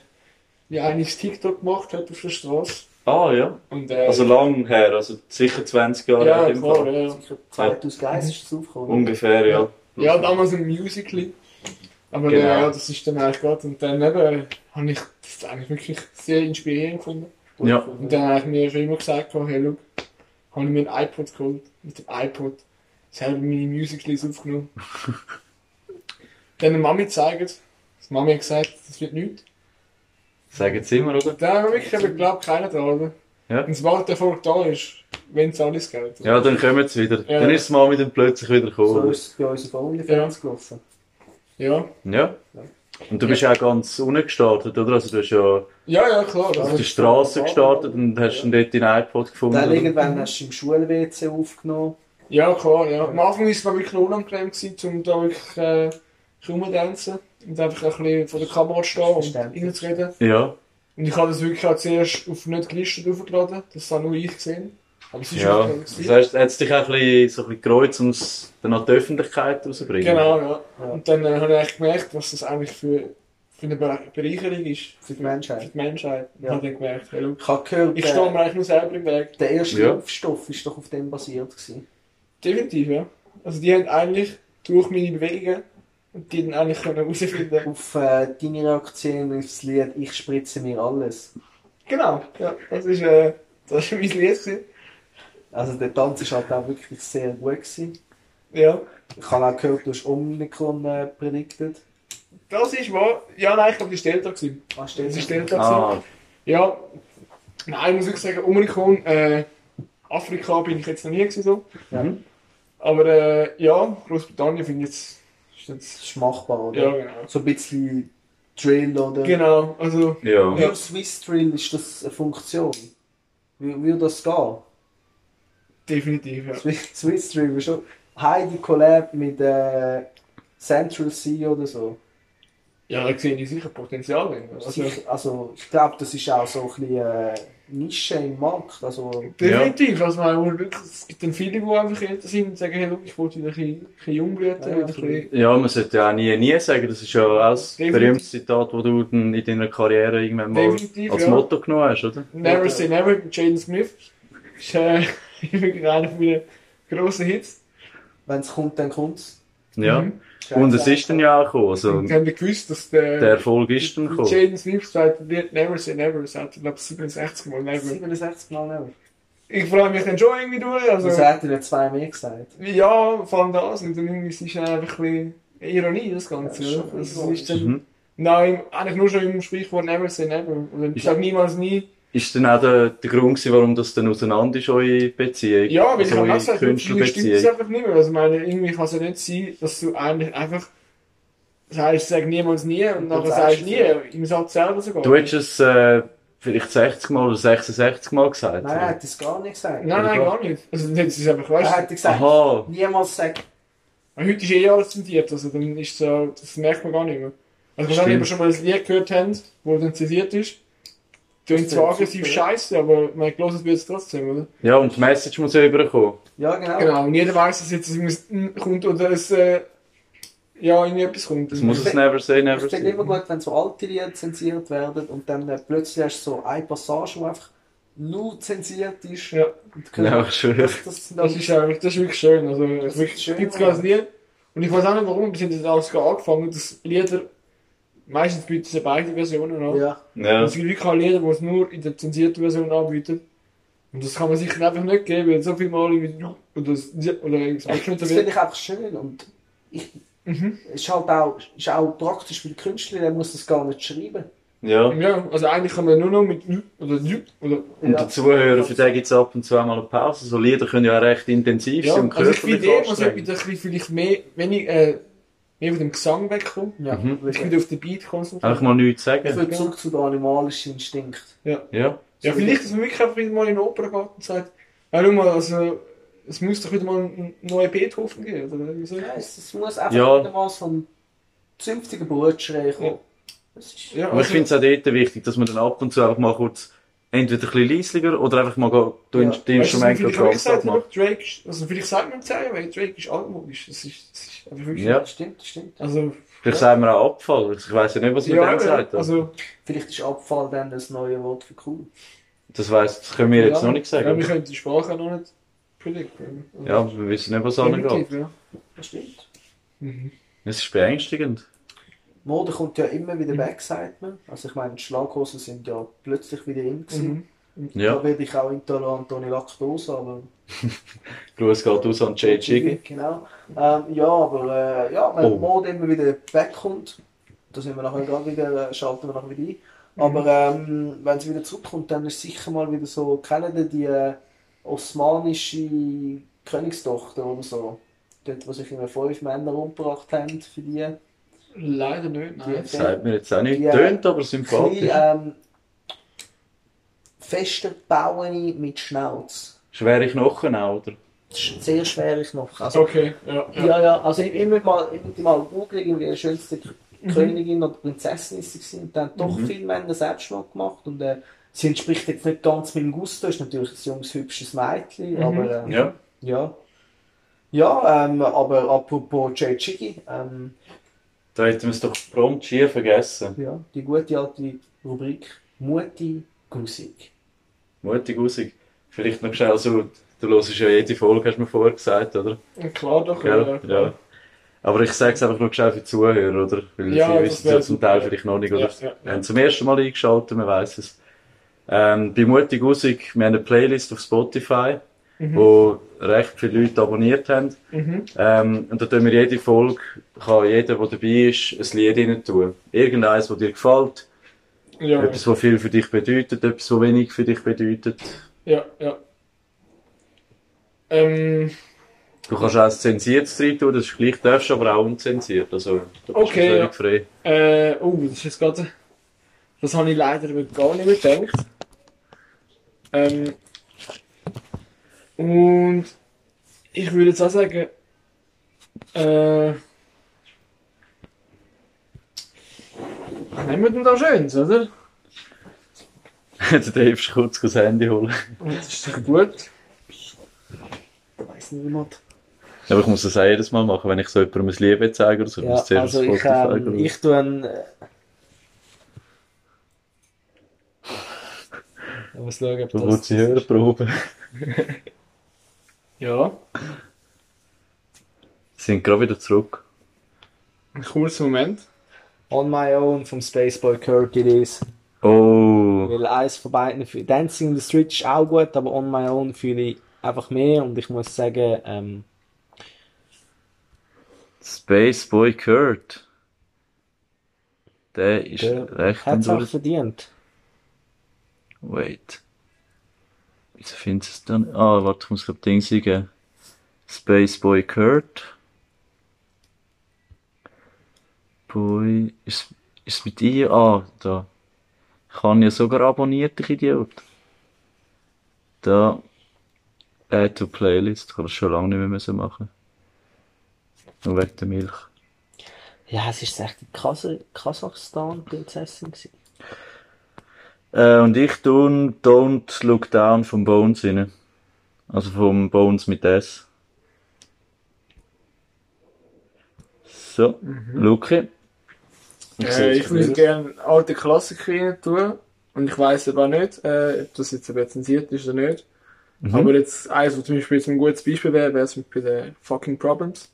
S4: wie einer das TikTok gemacht hat auf der Straße.
S1: Ah, ja.
S4: Und, äh,
S1: Also lang her, also sicher 20 Jahre
S4: ja,
S1: her in dem
S4: klar,
S1: Fall.
S4: ja.
S6: 2001 ist es aufgekommen.
S1: Ungefähr, ja.
S4: ja, damals ein Musical.ly. Aber
S1: Genau.
S4: äh, ja, das ist dann eigentlich gerade. Und dann eben äh, habe ich das eigentlich wirklich sehr inspirierend gefunden.
S1: Ja.
S4: Und dann habe ich mir schon immer gesagt, oh, hey, schau, habe ich mir ein iPod geholt, mit dem iPod, selber meine Musicals aufgenommen. dann der Mami gezeigt, die Mami hat gesagt, das wird nichts.
S1: Sagen Sie immer, oder?
S4: Da habe ich wirklich glaubt keiner dran, oder?
S1: Ja.
S4: Und sobald der Erfolg da ist, wenn es alles geht.
S1: Ja, dann kommen sie wieder.
S4: Ja.
S1: Dann ist es mal mit dem plötzlich wieder gekommen.
S6: So ist es bei uns auf OnlyFans gelaufen.
S4: ja.
S1: Ja. Und du bist auch ganz unten gestartet, oder? Also du hast ja
S4: Ja, ja, klar.
S1: auf
S4: Das
S1: der
S4: ist
S1: Straße gestartet und hast dann dort deinen iPod gefunden.
S6: Dann
S1: oder?
S6: irgendwann hast du im Schul-WC aufgenommen.
S4: ja, klar, ja. Am Anfang war es mir wirklich unangenehm, gewesen, um da wirklich äh, rumzutanzen und einfach ein bisschen vor der Kamera zu stehen und
S6: Verständlich.
S4: reinzureden.
S1: Ja.
S4: Und ich habe das wirklich auch zuerst auf nicht gelistet aufgeladen, das habe nur ich gesehen. Aber es ist
S1: Ja.
S4: wirklich
S1: Das
S4: so gewesen.
S1: heißt, hat es dich auch ein bisschen, so ein bisschen gekreuzt, um es dann an die Öffentlichkeit rauszubringen.
S4: Genau, ja.
S6: Ja.
S4: Und dann äh, habe ich eigentlich gemerkt, was das eigentlich für, für eine Bere- Bereicherung ist.
S6: Für die
S4: Für
S6: Menschheit.
S4: die Menschheit.
S6: Ja.
S4: Habe ich dann gemerkt, hey, look,
S6: Ich habe gehört,
S4: ich stehe mir
S6: der,
S4: eigentlich nur selber im Weg.
S6: der erste
S1: Ja.
S6: Impfstoff ist doch auf dem basiert. Gewesen.
S4: Definitiv, ja. Also die haben eigentlich durch meine Bewegungen und die dann eigentlich können herausfinden.
S6: Auf äh, deine Reaktion auf das Lied Ich spritze mir alles.
S4: Genau, ja. Das ist, äh, das ist mein Lied. gewesen.
S6: Also der Tanz ist halt auch wirklich sehr gut. Gewesen.
S4: Ja.
S6: Ich habe auch gehört, du hast Omikron äh, prediktet.
S4: Das ist wahr. Ja, nein, ich glaube, das war Delta. gewesen.
S6: Was
S4: Das
S6: steht
S4: ist Delta. gewesen.
S1: Ah,
S4: Ja, Nein, muss ich sagen, Omikron, äh, Afrika bin ich jetzt noch nie gewesen, so. Aber äh, ja, Großbritannien finde ich jetzt, ist jetzt.
S6: Das ist machbar, oder?
S4: Ja, genau.
S6: So ein bisschen Drill oder.
S4: Genau, also.
S1: Ja.
S6: Für Swiss Drill ist das eine Funktion. Wie würde das gehen?
S4: Definitiv, ja.
S6: Swiss, Swiss Drill ist schon. Heidi Collab mit äh, Central Sea oder so.
S4: Ja, da sehe ich sicher Potenzial drin. Also,
S6: Sicher- Also, ich glaube, das ist auch so ein bisschen äh, Nische im Markt. Also,
S4: definitiv, also man muss wirklich, es gibt dann viele, die einfach älter sind und sagen, hey, look, ich wollte wieder ein bisschen, ein bisschen Jungblüten,
S6: Ja,
S4: wieder ein bisschen...
S1: Ja, man sollte ja auch nie, nie sagen, das ist ja auch das
S4: Definitiv.
S1: berühmtes Zitat, das du dann in deiner Karriere irgendwann mal
S4: Definitiv,
S1: als
S4: ja.
S1: Motto genommen hast, oder?
S4: Never say never, mit Jaden Smith. Ist äh, wirklich einer meiner grossen Hits.
S6: wenn es kommt, dann kommt es.
S1: Ja.
S4: Mhm.
S1: Und es ist dann ja auch gekommen. Also,
S4: Und haben wir gewusst, dass
S1: der
S4: der...
S1: Erfolg ist dann gekommen.
S4: Jaden Smith sagt, never say never, sagt er, glaube ich, 67 Mal never.
S6: 67 Mal never.
S4: Ich freue mich dann schon irgendwie durch, also...
S6: Das hat er ja zwei mehr gesagt.
S4: Ja, vor allem das. Und dann irgendwie es ist einfach ein bisschen Ironie, das Ganze.
S6: Ja,
S4: oder? also,
S6: schon
S4: es
S6: ironisch.
S4: ist dann,
S1: Mhm.
S4: Nein, eigentlich nur schon im Sprichwort Never say never. Oder ich
S1: Ist-
S4: sag niemals nie.
S1: Ist dann auch der, der Grund gewesen, warum das dann auseinander ist, eure Beziehung?
S4: Ja,
S1: also
S4: weil ich auch
S1: eure
S4: gesagt habe, mir stimmt das
S1: Künstlerbeziehung.
S4: einfach nicht mehr. Also, ich meine, irgendwie kann es ja nicht sein, dass du eigentlich einfach sagst, sag niemals nie und
S6: dann
S4: nachher
S6: sagst
S4: sagst nie. Im Satz selber sogar.
S1: Du hättest es äh, vielleicht 60 Mal oder 66 Mal gesagt.
S6: Nein, er
S1: oder?
S6: hat das gar nicht gesagt.
S4: Nein, nein, gar nicht. Also, dann hätten sie es einfach,
S6: Er
S4: weißt
S6: hat gesagt,
S1: Aha,
S6: niemals sagt,
S4: du, heute ist eh alles zensiert. Also, dann ist so, das merkt man gar nicht mehr. Also, wahrscheinlich,
S1: Stimmt.
S4: wenn wir schon mal ein Lied gehört haben, wo dann zensiert ist, klingt
S6: Das
S4: zwar
S6: klingt
S4: aggressiv
S6: super,
S4: scheiße, aber man glaubt, es wird es trotzdem, oder?
S1: ja, und die Message muss ja rüberkommen.
S6: ja genau.
S4: Genau, und jeder weiß, dass jetzt es kommt oder es äh, ja irgendwie etwas kommt.
S1: Das muss
S6: Ich
S1: es
S6: find-
S1: never say,
S6: Ich
S1: never
S6: finde
S1: say.
S6: immer gut, wenn so alte Lieder zensiert werden und dann äh, plötzlich hast du so eine Passage, die einfach nur zensiert ist.
S4: Ja.
S6: Und können-
S1: Ja, ich schwöre.
S6: das, das sind
S4: das
S6: dann
S4: ist eigentlich das ist wirklich schön. Also es
S6: ist
S4: gibt
S6: schön,
S4: es
S6: ja.
S4: ganz Lied. Und ich weiß auch nicht warum, wir sind jetzt auch sogar angefangen, dass Lieder meistens bieten sie beide Versionen an.
S6: ja.
S4: Und
S1: Ja.
S4: es gibt wirklich auch Lieder, die es nur in der zensierten Version anbieten. Und das kann man sich einfach nicht geben, weil so viel Mal irgendwie oder das- oder es
S6: Das
S4: abgeschnitten
S6: finde
S4: wird.
S6: ich einfach schön und ich,
S4: Mhm.
S6: es ist halt auch, ist auch praktisch für den Künstler, der muss das gar nicht schreiben.
S1: ja.
S4: Ja, also eigentlich kann man nur noch mit nü- oder nü- oder
S1: Und
S6: Ja.
S1: der Zuhörer, für den gibt es ab und zu mal eine Pause. So Lieder können ja auch recht intensiv
S4: ja,
S1: sein und
S4: also ich
S1: körperlich
S4: finde eh, man sollte
S1: anstrengend.
S4: wieder ein bisschen vielleicht mehr, wenig, äh, mehr von dem Gesang wegkommen.
S6: Ja.
S4: Ich bin auf den Beat konzentriert.
S1: Einfach mal nichts
S6: Ich
S1: sagen.
S6: will zurück zu den animalischen Instinkt.
S1: Ja.
S4: ja, vielleicht, dass man wirklich einfach wieder mal in die Oper geht und sagt, ja, schau mal, also, es muss doch wieder mal einen neuen Beethoven geben, oder irgendwie so.
S6: Ja, es, es muss einfach
S1: Ja.
S6: wieder mal so ein zünftiger Brutschrei kommen.
S4: Ja.
S6: Das ist
S4: Ja, also,
S1: Aber ich finde es auch dort wichtig, dass man dann ab und zu einfach mal kurz entweder ein bisschen leisiger oder einfach mal go- die
S6: Ja.
S1: Inst- die Instrumente
S4: Instrumente
S1: ganz
S4: gesagt,
S1: abmachen.
S4: macht. Drake, ist- also vielleicht sagt man es ja, weil Drake ist altmodisch. Das ist, das ist einfach wirklich.
S1: Ja.
S6: Stimmt, stimmt.
S4: Also,
S1: Vielleicht sagen wir auch Abfall. Ich weiß ja nicht, was man
S4: ja,
S1: dann sagt. aber
S4: also,
S6: Vielleicht ist Abfall dann das neue Wort für cool.
S1: das, weiss, das können wir jetzt
S4: ja,
S1: noch nicht
S4: Ja,
S1: sagen.
S4: wir können die Sprache auch noch nicht predikten. Also,
S1: Ja, wir wissen nicht, was angeht.
S4: definitiv, Mhm. ja.
S6: Das stimmt.
S1: Es ist beängstigend.
S6: Mode kommt ja immer wieder weg, sagt man. Also ich meine, Schlaghosen sind ja plötzlich wieder in. gewesen.
S4: Mhm.
S1: Ja.
S6: Da werde ich auch intolerant ohne Laktose, aber...
S1: Gruß geht aus an Jay Chiggy.
S6: Genau. Ähm, ja, aber äh, ja, wenn
S1: Oh.
S6: die Mode immer wieder wegkommt, da sind wir nachher gerade wieder, äh, schalten wir nachher wieder ein. Aber ähm, wenn sie wieder zurückkommt, dann ist sicher mal wieder so, kennen Sie die äh, osmanische Königstochter oder so? Dort, wo sich immer fünf Männer umgebracht haben für die.
S4: Leider nicht, nein.
S6: Die-
S1: Sagt mir jetzt auch nicht.
S6: Ja.
S1: Tönt aber
S6: Ein
S1: sympathisch.
S6: ähm, fester Bauerni mit Schnauz.
S1: Schwere Knochen auch, oder?
S6: Sch- Sehr schwer ich noch. Also,
S4: Okay, ja. ja.
S6: Ja, ja, also ich immer mal, immer mal googeln, irgendwie die schönste Königin oder Prinzessin ist sie gewesen. und dann doch viele Männer Selbstmord gemacht und äh, sie entspricht jetzt nicht ganz meinem Gusto, ist natürlich ein junges, hübsches Mädchen, aber äh,
S1: Ja.
S6: ja. Ja, ähm, aber apropos Jay Chiggy, ähm,
S1: Da hätten wir es doch prompt schier vergessen.
S6: ja, die gute alte Rubrik Mutti Grusig.
S1: Mutig raus. Vielleicht noch schnell so, du hörst ja jede Folge, hast du mir vorher gesagt, oder?
S4: Klar doch,
S1: Gell?
S4: ja.
S1: Ja. Aber ich sage es einfach noch schnell für die Zuhörer, oder? Weil
S4: Ja,
S1: sie
S4: das
S1: wissen es
S4: wär
S1: ja zum
S4: super,
S1: Teil
S4: ja.
S1: vielleicht noch nicht,
S4: Ja,
S1: oder?
S4: ja, ja.
S1: Wir haben zum ersten Mal eingeschaltet, man weiß es. Ähm, bei Mutig Musik, wir haben eine Playlist auf Spotify,
S4: Mhm.
S1: wo recht viele Leute abonniert haben. Ähm, und da tun wir jede Folge, kann jeder, der dabei ist, ein Lied rein tun. Irgendeins, das dir gefällt.
S4: Ja,
S1: Etwas, was viel für dich bedeutet, etwas, was wenig für dich bedeutet.
S4: ja, ja. Ähm,
S1: Du kannst auch ein zensiertes rein tun, das ist gleich, darfst aber auch unzensiert. Also, du bist
S4: Okay,
S1: völlig
S4: ja.
S1: frei.
S4: äh, oh, das ist jetzt gerade... Das habe ich leider gar nicht mehr gedacht. Ähm, und ich würde jetzt auch sagen, äh, was nehmen wir denn da Schönes, oder?
S1: Der Dave ist kurz das Handy holen.
S4: Das ist doch gut.
S6: Da weiss niemand.
S1: Aber ich muss das auch jedes Mal machen, wenn ich so jemandem ein Liebe zeige oder so. Ich
S5: Ja,
S1: muss zuerst
S5: also
S1: ein
S5: ich,
S1: Foto zeigen.
S5: ähm, ich tue ein. äh, Ich muss schauen, ob
S1: Du
S5: das.
S1: willst sie hören, proben.
S4: Ja,
S1: Sie sind gerade wieder zurück.
S4: ein kurzer Moment.
S5: On My Own vom Spaceboy Kirk it is.
S1: Oh,
S5: Weil eins von beiden, für- Dancing in the Street ist auch gut, aber On My Own fühle ich einfach mehr und ich muss sagen, ähm,
S1: Space Boy Kurt. Der ist
S5: der
S1: recht
S5: hat
S1: am
S5: es auch
S1: Durch.
S5: verdient.
S1: Wait. Wieso findest du es dann? Ah, warte, ich muss glaub Ding sagen. Space Boy Kurt. Boy. Ist, ist mit I? Ah, da. Ich habe ihn ja sogar abonniert, ich Idiot. Da. Add to Playlist. Ich habe das schon lange nicht mehr müssen machen. Nur wegen der Milch.
S5: Ja, es ist echt die Kas Kasachstan-Prinzessin. gewesen.
S1: Äh, und ich tue Don't Look Down vom Bones rein. Also vom Bones mit S. So,
S4: Mhm.
S1: Luki. Ich
S4: Ich,
S1: sehe
S4: äh,
S1: es
S4: ich
S1: bei dir.
S4: würde gerne alte Klassiker rein tun. Und ich weiss aber auch nicht, äh, ob das jetzt rezensiert ist oder nicht.
S1: Mhm.
S4: Aber jetzt, eins, was zum Beispiel jetzt ein gutes Beispiel wäre, wäre es mit bei den fucking Problems.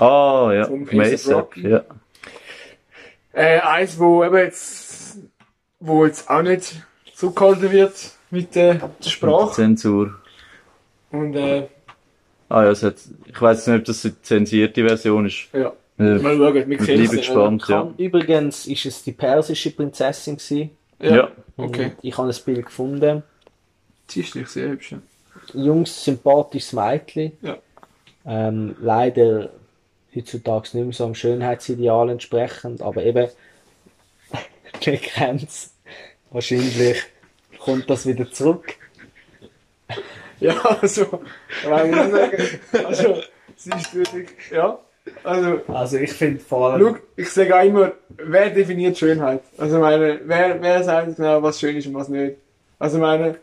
S1: Ah, ja,
S4: vom
S1: Mace
S4: A$AP
S1: App,
S4: Rocky.
S1: ja.
S4: Äh, eins, wo eben jetzt, wo jetzt auch nicht zugehalten wird mit äh, der
S1: Und
S4: Sprache.
S1: Zensur.
S4: Und, äh,
S1: Ah ja, es hat, ich weiß nicht, ob das die zensierte Version ist.
S4: ja.
S1: Äh,
S4: Mal schauen, wir
S1: ich
S4: sehen
S1: bleibe
S4: es. dann,
S1: gespannt, ja.
S5: Übrigens ist es die persische Prinzessin gewesen.
S4: oder? Ja.
S1: Ja.
S4: Okay.
S5: Ich habe ein Bild gefunden.
S4: Die ist nicht sehr hübsch. ja.
S5: Jungs, sympathisches Mädchen.
S4: Ja.
S5: Ähm, leider heutzutage nicht mehr so am Schönheitsideal entsprechend, aber eben, wir kennt's. Wahrscheinlich kommt das wieder zurück.
S4: Ja, also, weil ich muss sagen, also, sie ist wirklich, ja. Also,
S5: Also ich finde vor allem,
S4: Schau, ich sage auch immer, wer definiert Schönheit? Also ich meine, wer, wer sagt genau, was schön ist und was nicht? Also ich meine,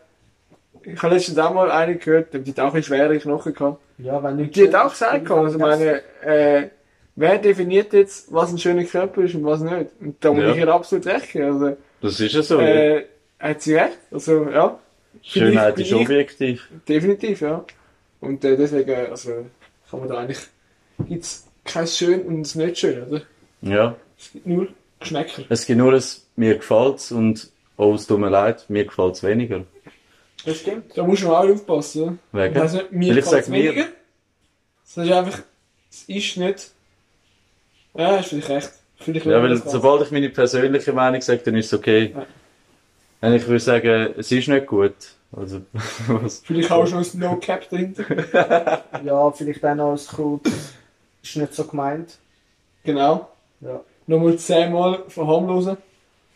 S4: ich habe letztens auch mal eine gehört, die hat auch ein schwere Knochen gehabt.
S5: ja, wenn nicht
S4: Die hat auch gesagt, gehabt, also ich meine, äh, wer definiert jetzt, was ein schöner Körper ist und was nicht? Und da muss
S1: Ja.
S4: ich ihr absolut recht geben. Also,
S1: Das ist ja so. ja.
S4: äh, hat sie recht? Also ja,
S1: Schönheit
S4: vielleicht
S1: ist
S4: bin ich-
S1: objektiv.
S4: definitiv, ja. Und äh, deswegen, äh, also, kann man da eigentlich, gibt's kein Schön und das nicht schön, oder?
S1: Ja.
S4: Es gibt nur Geschmäcker.
S1: Es gibt nur ein, mir gefällt's und, oh, es tut mir leid, mir gefällt's weniger.
S5: Das stimmt.
S4: Da muss man auch aufpassen. oder?
S1: Wegen.
S4: Also, mir
S1: Weil ich
S4: gefällt es
S1: sag mir.
S4: weniger. Es ist einfach, es ist nicht. Ja, hast vielleicht recht. Vielleicht
S1: Ja, weil
S4: nicht Genau, das
S1: sobald ich meine persönliche Meinung sage, dann ist es okay.
S4: Ja.
S1: Und ich würde sagen, es ist nicht gut. Also, was?
S4: Ganze. Vielleicht auch schon ein No Cap dahinter.
S5: Ja, vielleicht auch noch als kurz. Ist nicht so gemeint.
S4: genau.
S5: Ja.
S4: Nochmal zehnmal verharmlosen.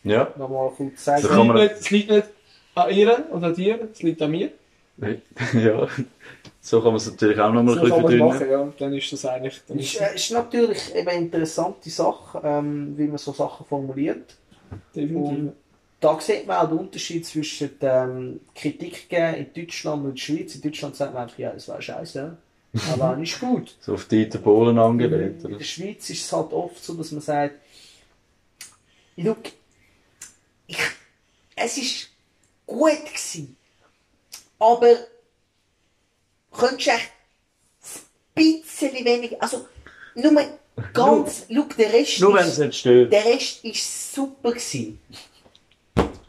S1: Ja.
S5: Nochmal kurz
S1: Da
S5: sagen.
S4: Es
S1: kann
S4: liegt,
S1: man-
S4: nicht, es liegt nicht an ihr oder an dir, es liegt an mir.
S1: ja. So kann man es natürlich auch noch mal ein bisschen
S4: man es
S1: verdünnen.
S4: machen, ja. Dann ist das eigentlich. Dann
S6: Ist,
S4: ist
S6: äh, ist natürlich eben eine interessante Sache, ähm, wie man so Sachen formuliert.
S4: definitiv.
S6: Und da sieht man auch den Unterschied zwischen ähm, Kritik geben in Deutschland und in der Schweiz. In Deutschland sagt man einfach, ja, das war scheiße, aber auch nicht gut.
S1: So auf Dieter Bohlen angelehnt.
S6: In
S1: Oder?
S6: der Schweiz ist es halt oft so, dass man sagt, schau, ich, es ist gut gewesen, aber könntest du echt ein bisschen weniger, also nur ganz, schau, der Rest
S1: Nur wenn
S6: ist-
S1: es nicht stört.
S6: der Rest war super. Gewesen.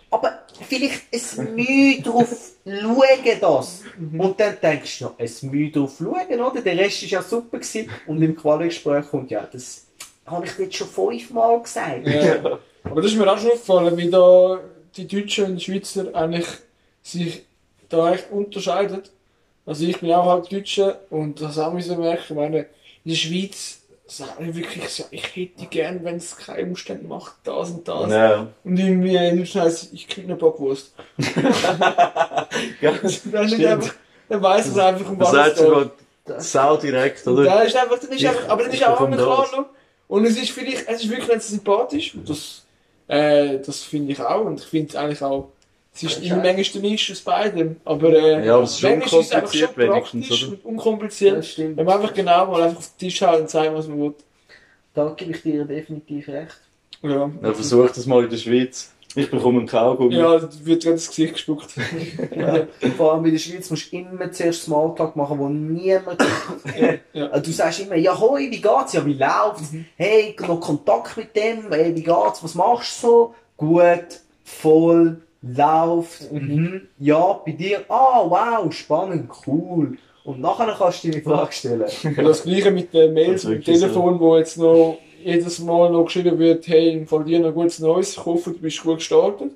S6: Aber vielleicht ein Mühe drauf schauen das.
S1: Mhm.
S6: Und dann denkst du noch, ein Mühe drauf schauen, oder? Der Rest war ja super. Gewesen. Und im Quali-Gespräch kommt, ja, das habe ich jetzt schon fünfmal gesagt.
S4: Ja. Aber das ist mir auch schon aufgefallen, wie da die Deutschen und Schweizer eigentlich sich da echt unterscheiden. Also ich bin auch halb Deutscher und das auch müssen merken. Ich meine, in der Schweiz sagen wir wirklich so, ich hätte gern, wenn es keine Umstände macht, das und das.
S1: Ja.
S4: Und irgendwie in Deutschland heisst es, ich krieg eine Bockwurst.
S1: Ja.
S4: Das ist nicht einfach, dann weiss man einfach, um
S1: Das
S4: was
S1: sagt
S4: es geht.
S1: sogar sau direkt,
S4: Und
S1: oder?
S4: Da ist einfach, das ist
S1: Ich-
S4: einfach, aber das ist
S1: ich
S4: auch
S1: bekomme
S4: immer klar,
S1: das.
S4: schau. Und es ist vielleicht, es ist wirklich nicht so sympathisch. Und das, äh, das finde ich auch. Und ich finde es eigentlich auch, es ist immer manchmal der Misch aus beidem. Aber, äh,
S1: Ja, aber es ist
S4: manchmal ist es einfach
S1: unkompliziert
S4: schon
S1: wenigstens,
S4: praktisch
S1: oder?
S4: und unkompliziert.
S6: Das stimmt.
S4: Wenn man einfach genau mal einfach auf den Tisch haut und sagt, was man will.
S6: Da gebe ich dir definitiv recht.
S4: Ja.
S1: Dann versuch das mal in der Schweiz. Ich bekomme einen Kaugummi.
S4: Ja, da wird gerade ins Gesicht gespuckt.
S6: Vor allem in der Schweiz musst du immer zuerst Smalltalk machen, wo niemand. Also,
S4: Ja. Mhm.
S6: Du sagst immer, ja, hoi, wie geht's? Ja, wie läuft's? Hey, noch Kontakt mit dem? Hey, wie geht's? Was machst du so? Gut, voll, läuft. Mhm. Ja, bei dir. Ah, wow, spannend, cool. Und nachher kannst du deine Frage stellen.
S4: Und das gleiche mit den Mails
S1: Das
S4: und
S1: ist
S4: dem
S1: wirklich
S4: Telefon, wo jetzt noch jedes Mal noch geschrieben wird, hey, im Fall dir noch gutes Neues, ich hoffe, du bist gut gestartet.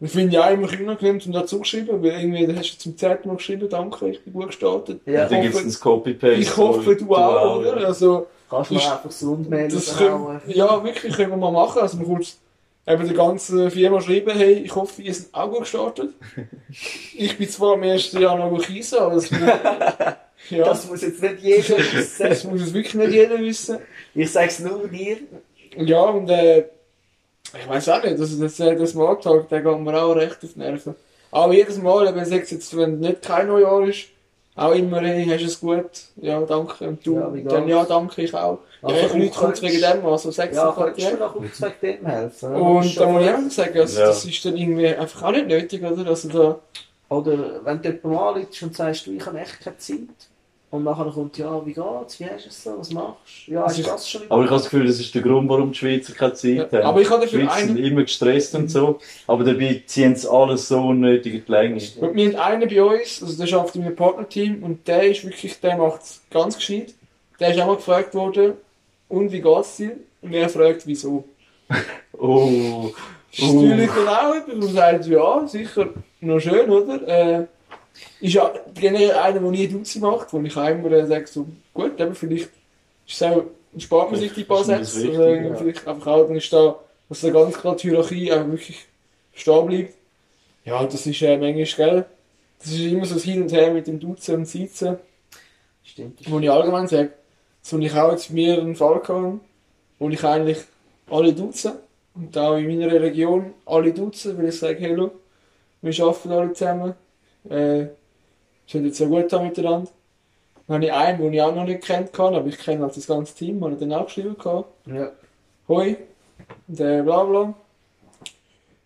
S4: Das finde ich auch immer unangenehm, um dazu geschrieben, weil irgendwie dann hast du zum zehnten Mal geschrieben, danke, ich bin gut gestartet.
S6: Ja.
S1: Und dann gibt es ein Copy-Paste.
S4: Ich hoffe, du auch, oder?
S1: ja.
S4: Also,
S6: Kannst du
S4: Ist-
S6: mir einfach so rundmelden?
S4: das können, ja, wirklich, können wir mal machen. Also, man kurz eben der ganzen Firma schreiben, hey, ich hoffe, ihr seid auch gut gestartet. Ich bin zwar am 1. Januar noch Kiesa, aber das, ja, das,
S6: Das muss jetzt nicht jeder wissen.
S4: muss es wirklich nicht jeder wissen.
S6: Ich sag's nur dir.
S4: Ja, und äh, ich weiß auch nicht, also das, äh, das Smalltalk, der geht mir auch recht auf die Nerven. Aber jedes Mal, eben, sagst jetzt, wenn nicht kein Neujahr ist, auch immer, hey, hast du es gut? Ja, danke. Und du,
S6: Ja, wie
S4: dann
S6: geht's?
S4: ja, danke, ich auch.
S6: Also,
S4: ja, ich
S6: du
S4: Leute kommt
S6: könntest-
S4: wegen dem an, so sechs
S6: Ja,
S4: ja,
S6: kannst du
S4: ja.
S6: noch kurz wegen dem helfen?
S4: Und äh, da muss ich auch sagen, also,
S1: Ja.
S4: das ist dann irgendwie einfach auch nicht nötig, oder? Also da,
S6: Oder wenn du jemandem anrufst und sagst, du, ich habe echt keine Zeit. Und nachher kommt, ja, wie geht's, wie hast du es so, was machst du? Ja,
S4: Also
S6: ist
S4: ich-
S6: das schon wieder?
S1: Aber ich habe das Gefühl, das ist der Grund, warum die Schweizer keine Zeit
S4: Ja,
S1: haben.
S4: aber ich habe dafür
S1: die Schweizer
S4: einen-
S1: sind immer gestresst und so, aber dabei ziehen sie alles so unnötig in die Länge.
S4: und wir haben einen bei uns, also der arbeitet in meinem Partnerteam, und der ist wirklich, der macht es ganz gescheit. Der ist auch mal gefragt worden, und wie geht's dir? Und er fragt, wieso.
S1: Oh,
S4: Ist natürlich dann auch etwas, wo man sagt, ja, sicher, noch schön, oder? Äh, ist ja generell einer, der nie Duzi macht, wo ich auch immer äh, sage, so, gut, aber vielleicht ist es auch, dann spart man sich die paar
S1: Ist mir das
S4: Sätze.
S1: wichtig,
S4: Oder irgendwie
S1: ja.
S4: vielleicht einfach auch, dann ist da, dass da ganz klar die Hierarchie auch wirklich stehen bleibt. Ja, das ist äh, manchmal, gell? Das ist immer so das Hin und Her mit dem Duzen und Sitzen
S6: Stimmt.
S4: wo ich allgemein sage, so ich auch jetzt mir einen Fall gehabt, wo ich eigentlich alle duze und auch in meiner Region alle duze, weil ich sage, hey, schau, wir arbeiten alle zusammen, äh, es hat jetzt so gut da miteinander. Dann habe ich einen, den ich auch noch nicht kennt kann, aber ich kenne halt das ganze Team, habe ich dann auch geschrieben gehabt.
S6: Ja.
S4: Hoi, und äh, bla bla.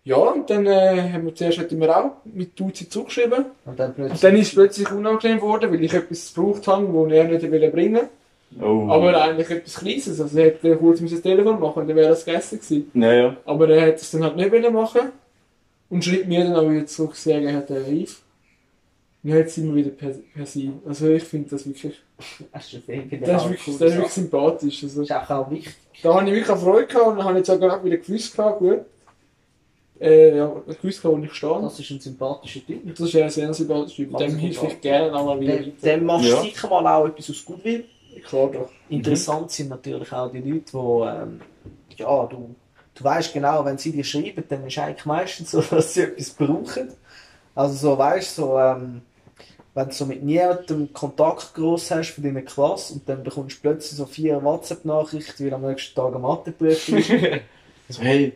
S4: Ja, und dann äh, haben wir zuerst hatten wir auch mit Duzi zugeschrieben.
S6: Und dann plötzlich.
S4: Und dann ist es plötzlich unangenehm geworden, weil ich etwas gebraucht habe, das er nicht bringen wollte.
S1: oh.
S4: Aber eigentlich etwas Kleines. Also, er hätte kurz das Telefon machen müssen, dann wäre das gegessen gewesen.
S1: Naja,
S4: Aber er hätte es dann halt nicht wollen machen und schreibt mir dann auch wieder zurück, sagen, er hat einen Reif. Und jetzt sind wir wieder per, per sie. Also, ich finde das wirklich,
S6: hast du viel gelernt.
S4: das ist wirklich, das ist wirklich sympathisch. Also,
S6: Das ist auch, auch wichtig.
S4: da habe ich wirklich auch Freude gehabt und dann habe ich jetzt auch gerade wieder gewusst gehabt, gut. Äh, ja, gewusst gehabt, wo ich stehe.
S6: Das ist ein sympathischer Typ.
S4: Und das ist ja sehr sympathisch. Mit
S6: Ganz
S4: dem hilfe
S6: sympathisch.
S4: ich gerne auch mal wieder.
S6: Dem, dem machst du
S1: Ja.
S6: sicher mal auch etwas aus Goodwill.
S4: Klar doch.
S6: Interessant sind natürlich auch die Leute, wo ähm, ja, du, du weißt genau, wenn sie dir schreiben, dann ist eigentlich meistens so, dass sie etwas brauchen. Also so weißt so, ähm, wenn du so mit niemandem Kontakt groß hast von deiner Klasse und dann bekommst du plötzlich so vier WhatsApp-Nachrichten, wie am nächsten Tag am Matheprüfung ist.
S1: so, Also, hey,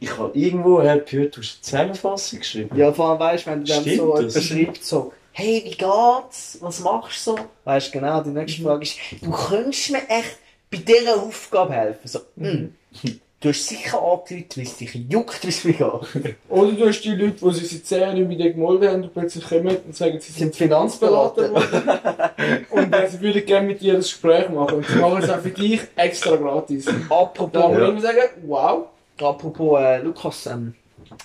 S1: ich habe irgendwo gehört, du hast eine Zusammenfassung geschrieben.
S6: ja, vor allem weißt wenn du dann
S1: Stimmt
S6: so
S1: das?
S6: jemand schreibst, so, hey, wie geht's? Was machst du so? Weißt genau, die
S4: Mhm.
S6: nächste Frage ist, du könntest mir echt bei dieser Aufgabe helfen. So,
S4: Mhm.
S6: mm. Du hast sicher angerufen, weil es dich juckt, wie es mir geht.
S4: Oder du hast die Leute, die sich seit 10 Jahren nicht mit dir gemolden haben und plötzlich kommen und sagen, sie sind
S6: Sind Finanzberater.
S4: Finanzberater geworden. und äh, sie würden gerne mit dir das Gespräch machen. Und sie machen es auch für dich extra gratis. Da
S6: Apropos,
S4: muss ich
S1: Ja.
S4: immer sagen, wow.
S6: apropos äh, Lukas, ähm,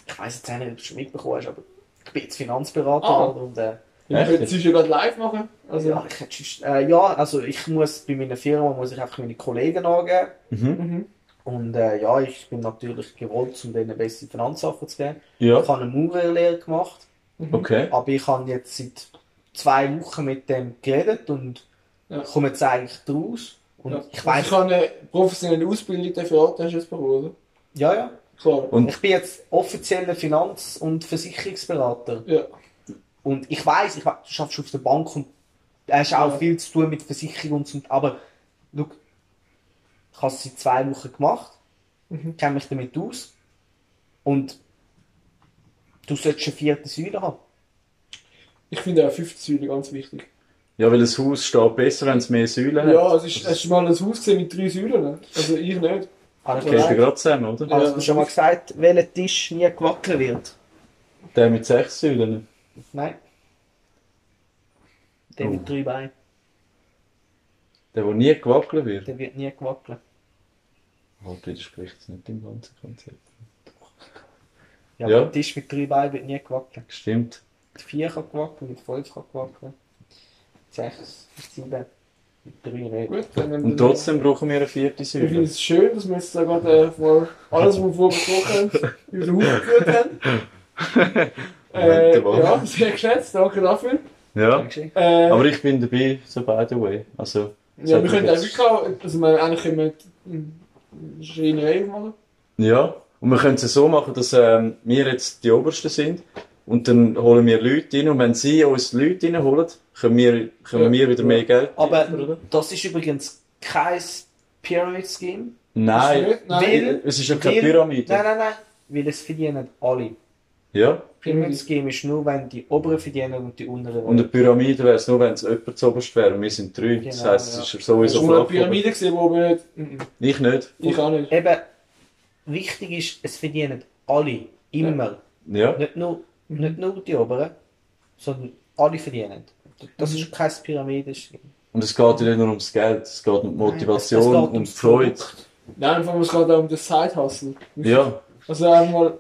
S6: ich weiss jetzt auch nicht, ob du es schon mitbekommen hast, aber ich bin jetzt Finanzberater
S4: Ah.
S6: halt und äh,
S4: Wir können es gerade live machen. Also,
S6: ja, ich hätte sonst, äh, ja, also ich muss bei meiner Firma muss ich einfach meine Kollegen angeben.
S1: Mhm.
S4: mhm.
S6: Und äh, ja, ich bin natürlich gewollt, um denen bessere Finanzsachen zu geben.
S1: Ja,
S6: Ich habe eine Maurerlehre gemacht,
S1: okay.
S6: aber ich habe jetzt seit zwei Wochen mit dem geredet und
S4: Ja.
S6: komme jetzt eigentlich draus. Und
S4: Ja.
S6: ich
S4: Ich
S6: weiß,
S4: habe eine professionelle Ausbildung dafür an, hast du jetzt bekommen, oder?
S6: ja, ja.
S4: Klar.
S1: Und-
S6: Ich bin jetzt offizieller Finanz- und Versicherungsberater.
S4: Ja.
S6: Und ich weiß, ich weiss, du schaffst auf der Bank und hast auch
S4: Ja.
S6: viel zu tun mit Versicherung und so. Aber schau, ich habe es seit zwei Wochen gemacht,
S4: Mhm.
S6: kenne mich damit aus. Und du solltest eine vierte Säule haben.
S4: Ich finde auch fünfte Säule ganz wichtig.
S1: Ja, weil ein Haus steht besser, wenn es mehr Säulen hat.
S4: Ja, es ist, hast du mal ein Haus gesehen mit drei Säulen? Also ich nicht.
S6: Habe ich
S1: Geht ja
S6: gesagt.
S1: gerade zusammen, oder?
S4: Ja.
S6: Hast du schon mal gesagt, welcher Tisch nie gewackelt wird?
S1: Der mit sechs Säulen.
S6: Nein. Der
S4: Oh.
S6: mit drei Beinen,
S1: Der, der nie gewackelt wird.
S6: der wird nie gewackelt.
S1: Halt widerspricht es nicht im ganzen Konzept.
S6: Ja,
S1: Ja.
S6: Der Tisch mit drei Beinen wird nie gewackelt.
S1: Stimmt.
S6: mit 4 kann gewackelt, mit 5 kann gewackelt, mit 6, mit 7, mit 3 nicht.
S4: Gut, dann haben
S1: Und
S4: wir-
S1: trotzdem brauchen wir eine vierte
S4: Ich finde
S1: Säule.
S4: es schön, dass wir jetzt da gerade äh, mal alles, was wir vorher besprochen haben, über den Hut geführt haben. Äh,
S1: Wunderbar.
S4: ja, sehr geschätzt, danke dafür.
S1: Ja.
S4: Äh,
S1: Aber ich bin dabei, so by the way. Also,
S4: ja, wir
S1: sollte
S4: können
S1: jetzt-
S4: eigentlich auch, also wir, eigentlich können wir die- die Schreinerei machen.
S1: Ja, und wir können es ja so machen, dass ähm, wir jetzt die Obersten sind und dann holen wir Leute rein und wenn sie uns Leute reinholen, können wir, können
S4: Ja.
S1: wir wieder mehr Geld.
S6: Aber das ist übrigens kein Pyramid Scheme.
S1: Nein,
S4: Ist nicht? Nein.
S6: Weil-
S1: es ist ja keine
S6: weil-
S1: Pyramide.
S6: Nein, nein, nein, weil es verdienen alle.
S1: Ja,
S6: Pyramid Scheme ist nur, wenn die oberen verdienen und die unteren.
S1: und eine Pyramide wäre es nur, wenn es jemand zu oberst wäre und wir sind drei. das
S6: Genau,
S1: heisst,
S6: ja.
S1: es ist
S4: Hast
S1: sowieso
S4: du mal eine
S1: flach.
S4: Pyramide gesehen, wo wir nicht... Mhm.
S1: Ich nicht.
S4: Ich auch nicht.
S6: Eben, wichtig ist, es verdienen alle. Immer.
S1: Ja,
S6: Nicht, nur, nicht nur die oberen, sondern alle verdienen. Das ist kein Pyramid Scheme.
S1: und es geht ja nicht nur ums Geld, es geht um die Motivation und
S6: Nein, es- es geht
S1: um die
S6: ums
S1: Freude.
S4: Nein, einfach, es geht auch um das Side-Hustle.
S1: Ja,
S4: Also einmal,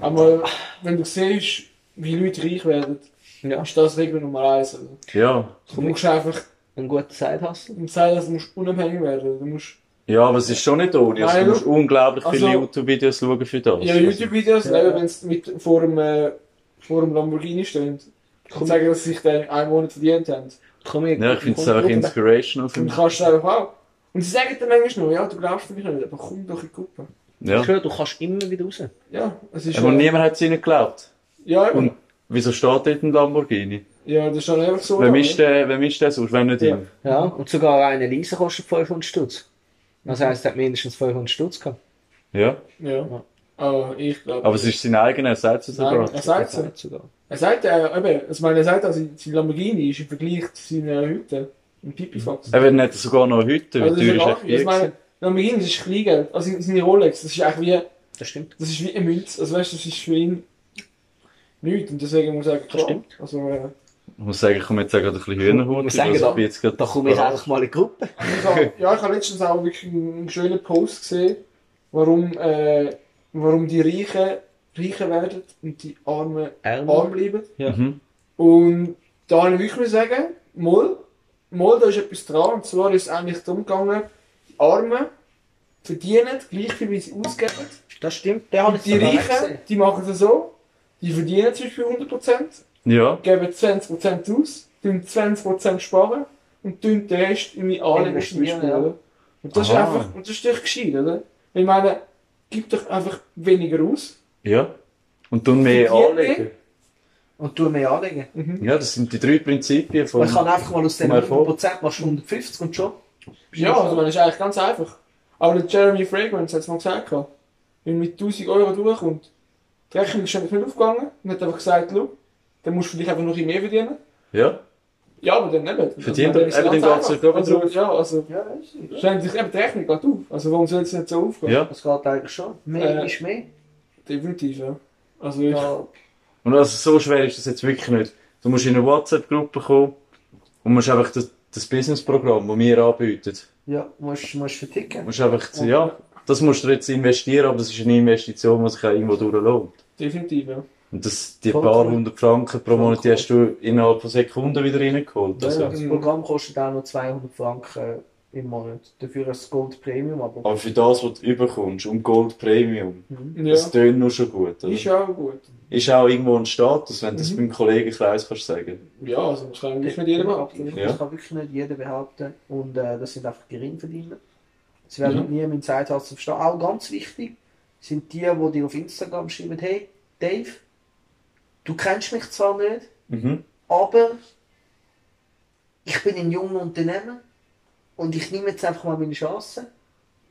S4: einmal, wenn du siehst, wie Leute reich werden,
S6: Ja.
S4: ist das Regel Nummer eins. Also,
S1: ja.
S4: du musst einfach,
S6: Ein guter Sidehustle.
S4: im Side-Hustle musst du unabhängig werden. Du musst
S1: Ja, aber es ist schon nicht ohne. Also,
S4: Nein,
S1: du musst unglaublich viele
S4: also-
S1: YouTube-Videos schauen für das.
S4: Ja, YouTube-Videos, ja. wenn sie mit vor dem, äh, vor dem Lamborghini stehen und sagen, dass sie sich den einen Monat verdient haben.
S6: Komm, ich,
S1: Ja, ich finde es einfach inspirational für
S4: Dann
S1: mich.
S4: kannst du sagen, wow. Und sie sagen dann manchmal noch, ja, du glaubst mich nicht, aber komm doch in die Gruppe.
S1: Ja.
S6: Ich höre, du kannst immer wieder raus.
S4: Ja, es ist
S1: Aber niemand hat es ihnen geglaubt.
S4: ja, eben.
S1: Und wieso steht dort ein Lamborghini?
S4: ja, das ist dann einfach so.
S1: Wem
S4: oder?
S1: ist der, wem ist der sonst, wenn nicht
S4: Ja.
S1: ihm?
S2: Ja, und sogar eine Lisa kostet 500 Stutz. Das heisst, er hat mindestens 500 Stutz gehabt.
S1: Ja.
S4: Ja. Aber ich glaube.
S1: Aber es ist sein eigener, er sagt es
S4: Nein,
S1: sogar.
S4: er sagt so. Er sagt, äh, eben, ich meine, er sagt, also, sein Lamborghini ist im Vergleich zu seinen Hüten ein Pipifax.
S1: Er wird nicht sogar noch heute,
S4: Also,
S1: weil
S4: das ist
S1: teuer ist
S4: ja
S1: echt
S4: ich meine,
S1: Bier.
S4: Lamborghini das ist Kleingeld. Also, seine Rolex, das ist eigentlich wie,
S6: Das stimmt.
S4: Das ist wie eine Münze, also weißt du, das ist für ihn nichts und deswegen muss ich sagen, klar.
S6: stimmt.
S4: Also, äh,
S1: Ich muss sagen, ich komme jetzt gerade ein bisschen also Hühnerhut.
S2: muss sagen, da- Da komme ich
S1: auch.
S2: einfach mal in die Gruppe.
S4: ich hab, ja, ich habe letztens auch wirklich einen schönen Post gesehen, warum, äh, warum die Reichen reicher werden und die Armen arm bleiben.
S1: Ja. Mhm.
S4: Und da habe ich wirklich mal sagen, mal, mal, da ist etwas dran. Und zwar ist es eigentlich darum gegangen, die Armen verdienen gleich viel, wie sie ausgeben.
S6: Das stimmt. Der hat
S4: Die Reichen, die machen es so, die verdienen zum Beispiel 100%.
S1: Ja.
S4: geben 20% aus, tun 20% sparen und tun den Rest in meine Anlegen zum
S6: Investieren,
S4: Beispiel,
S6: ja.
S4: oder? Und das ist
S1: Aha.
S4: einfach, und das ist doch gescheit, oder? Ich meine, gib doch einfach weniger aus.
S1: Ja. Und dann mehr
S4: Verdient
S1: anlegen.
S6: Und du mir anlegen.
S1: Ja, das sind die drei Prinzipien von.
S6: Man kann einfach mal aus den
S1: Mal vor.
S6: 100% machst du 150 und schon.
S4: Ja, also, das ist eigentlich ganz einfach. Aber der Jeremy Fragrance hat es mal gesagt, gehabt. wenn mit 1000 Euro durchkommt, die Rechnung ist einfach nicht aufgegangen und hat einfach gesagt, schau, dann musst du dich einfach noch ein bisschen mehr verdienen.
S1: Ja.
S4: Ja, aber dann nicht.
S1: Verdient
S4: Also,
S1: er- eben, dann
S4: ganz
S1: geht's
S4: einfach.
S1: ja
S4: also,
S1: drauf.
S4: Ja, also,
S6: Ja, das ist-
S4: schlussendlich, eben, die Rechnung geht auf. Also, warum soll es nicht so aufgehen?
S1: Ja.
S6: das geht eigentlich schon. Mehr
S4: Äh.
S6: ist mehr.
S4: Definitiv, ja. Also, ich,
S6: Ja,
S1: Und also so schwer ist das jetzt wirklich nicht. Du musst in eine WhatsApp-Gruppe kommen und musst einfach das, das Business-Programm, das wir anbieten,
S6: ja musst, musst verticken.
S1: musst einfach, ja, das musst du jetzt investieren, aber das ist eine Investition, die sich auch irgendwo durchlohnt.
S4: definitiv, ja.
S1: Und das, die
S6: Voll
S1: paar
S6: cool.
S1: hundert Franken pro
S6: Voll
S1: Monat, die
S6: cool.
S1: hast du innerhalb von Sekunden wieder reingeholt.
S6: Ja,
S1: Also,
S6: Das Programm kostet auch nur 200 Franken im Monat. Dafür hast du Gold Premium, aber
S1: Aber für das, was du überkommst, um Gold Premium,
S4: Ja,
S1: das tönt nur schon gut. Oder?
S4: ist auch gut.
S1: Ist auch irgendwo ein Status, wenn du
S6: Mhm.
S1: das beim Kollegenkreis kannst sagen.
S4: Ja, also das kann ich nicht jedem ab.
S1: Ja.
S6: das kann wirklich nicht jeder behaupten. Und äh, das sind einfach Geringverdiener. Sie werden
S4: Ja.
S6: nie im Zeithaus verstehen. Auch ganz wichtig sind die, die dir auf Instagram schreiben, hey Dave, du kennst mich zwar nicht,
S1: Mhm.
S6: Aber ich bin ein junger Unternehmer und ich nehme jetzt einfach mal meine Chance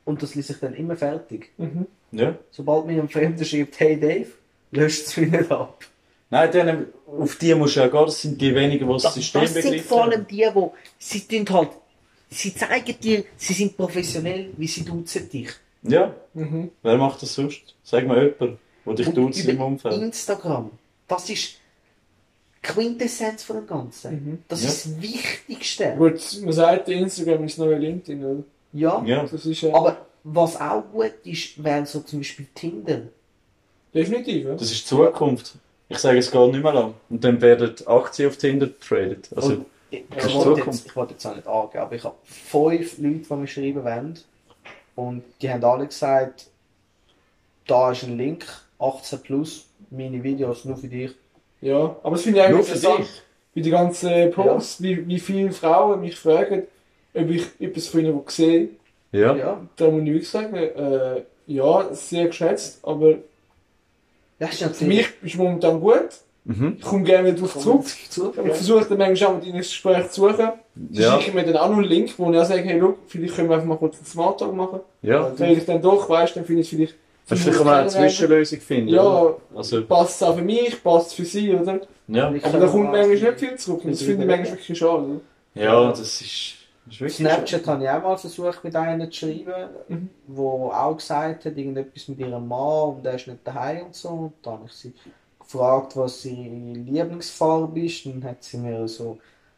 S6: und das lese ich dann immer fertig.
S4: Mhm.
S1: Ja.
S6: Sobald mir ein Fremder schreibt, hey Dave, löscht es wieder ab.
S1: Nein, denen, auf die musst du ja gar, das sind die wenigen, die das System
S6: Das sind
S1: begreifen.
S6: vor allem die, die sie sind halt, sie zeigen dir, sie sind professionell, wie sie duzen dich.
S1: Ja,
S4: Mhm.
S1: wer macht das sonst? Sag mal jemand, der dich
S6: Und
S1: duzt im
S6: über
S1: Umfeld.
S6: Instagram. Das ist die Quintessenz von dem Ganzen. Das
S1: Ja.
S6: ist das Wichtigste.
S4: Gut, man sagt, Instagram ist das neue LinkedIn, oder?
S6: Ja.
S1: Ja,
S4: Das ist ja
S6: Aber was auch gut ist, wären so zum Beispiel Tinder.
S4: definitiv, ja.
S1: das ist die Zukunft. Ich sage es gar nicht mehr lang. Und dann werden die Aktien auf Tinder getradet. Also,
S6: Und ich,
S1: das ist
S6: ich, wollte
S1: Zukunft.
S6: jetzt, ich wollte jetzt auch nicht angeben, aber ich habe fünf Leute, die mir schreiben wollen. Und die haben alle gesagt, da ist ein Link, 18 plus, meine Videos nur für dich.
S4: Ja, aber das finde ich
S1: Nur
S4: eigentlich
S1: für
S4: interessant, wie die ganzen Posts, wie, wie viele Frauen mich fragen, ob ich etwas von ihnen sehe.
S1: ja.
S6: Ja,
S4: Da muss ich wirklich sagen, äh, ja, sehr geschätzt, aber
S6: das ist
S4: für
S6: natürlich...
S4: mich ist momentan gut.
S1: Mhm.
S4: Ich komme gerne wieder darauf zurück.
S6: Zurück,
S4: Ich versuche dann manchmal auch mit ihnen ein Gespräch zu suchen. Sie
S1: Ja.
S4: schicken mir dann auch noch einen Link, wo ich auch sage, hey, look, vielleicht können wir einfach mal kurz einen Smalltalk machen.
S1: ja.
S4: Dann rede ich dann doch, weißt du, dann finde ich es vielleicht...
S1: Aber vielleicht kann man auch eine Zwischenlösung finden. oder?
S4: Ja,
S1: Also,
S4: passt es auch für mich, passt es für sie, oder?
S1: ja.
S4: Aber da kommt manchmal nicht viel zurück und das finde ich manchmal wirklich schade. oder?
S1: Ja, das ist, das ist wirklich.
S6: Snapchat habe ich auch mal versucht, mit einer zu schreiben,
S4: Mhm.
S6: wo auch gesagt hat, irgendetwas mit ihrem Mann und der ist nicht daheim und so. Und dann habe ich sie gefragt, was ihre Lieblingsfarbe ist. Dann hat sie mir so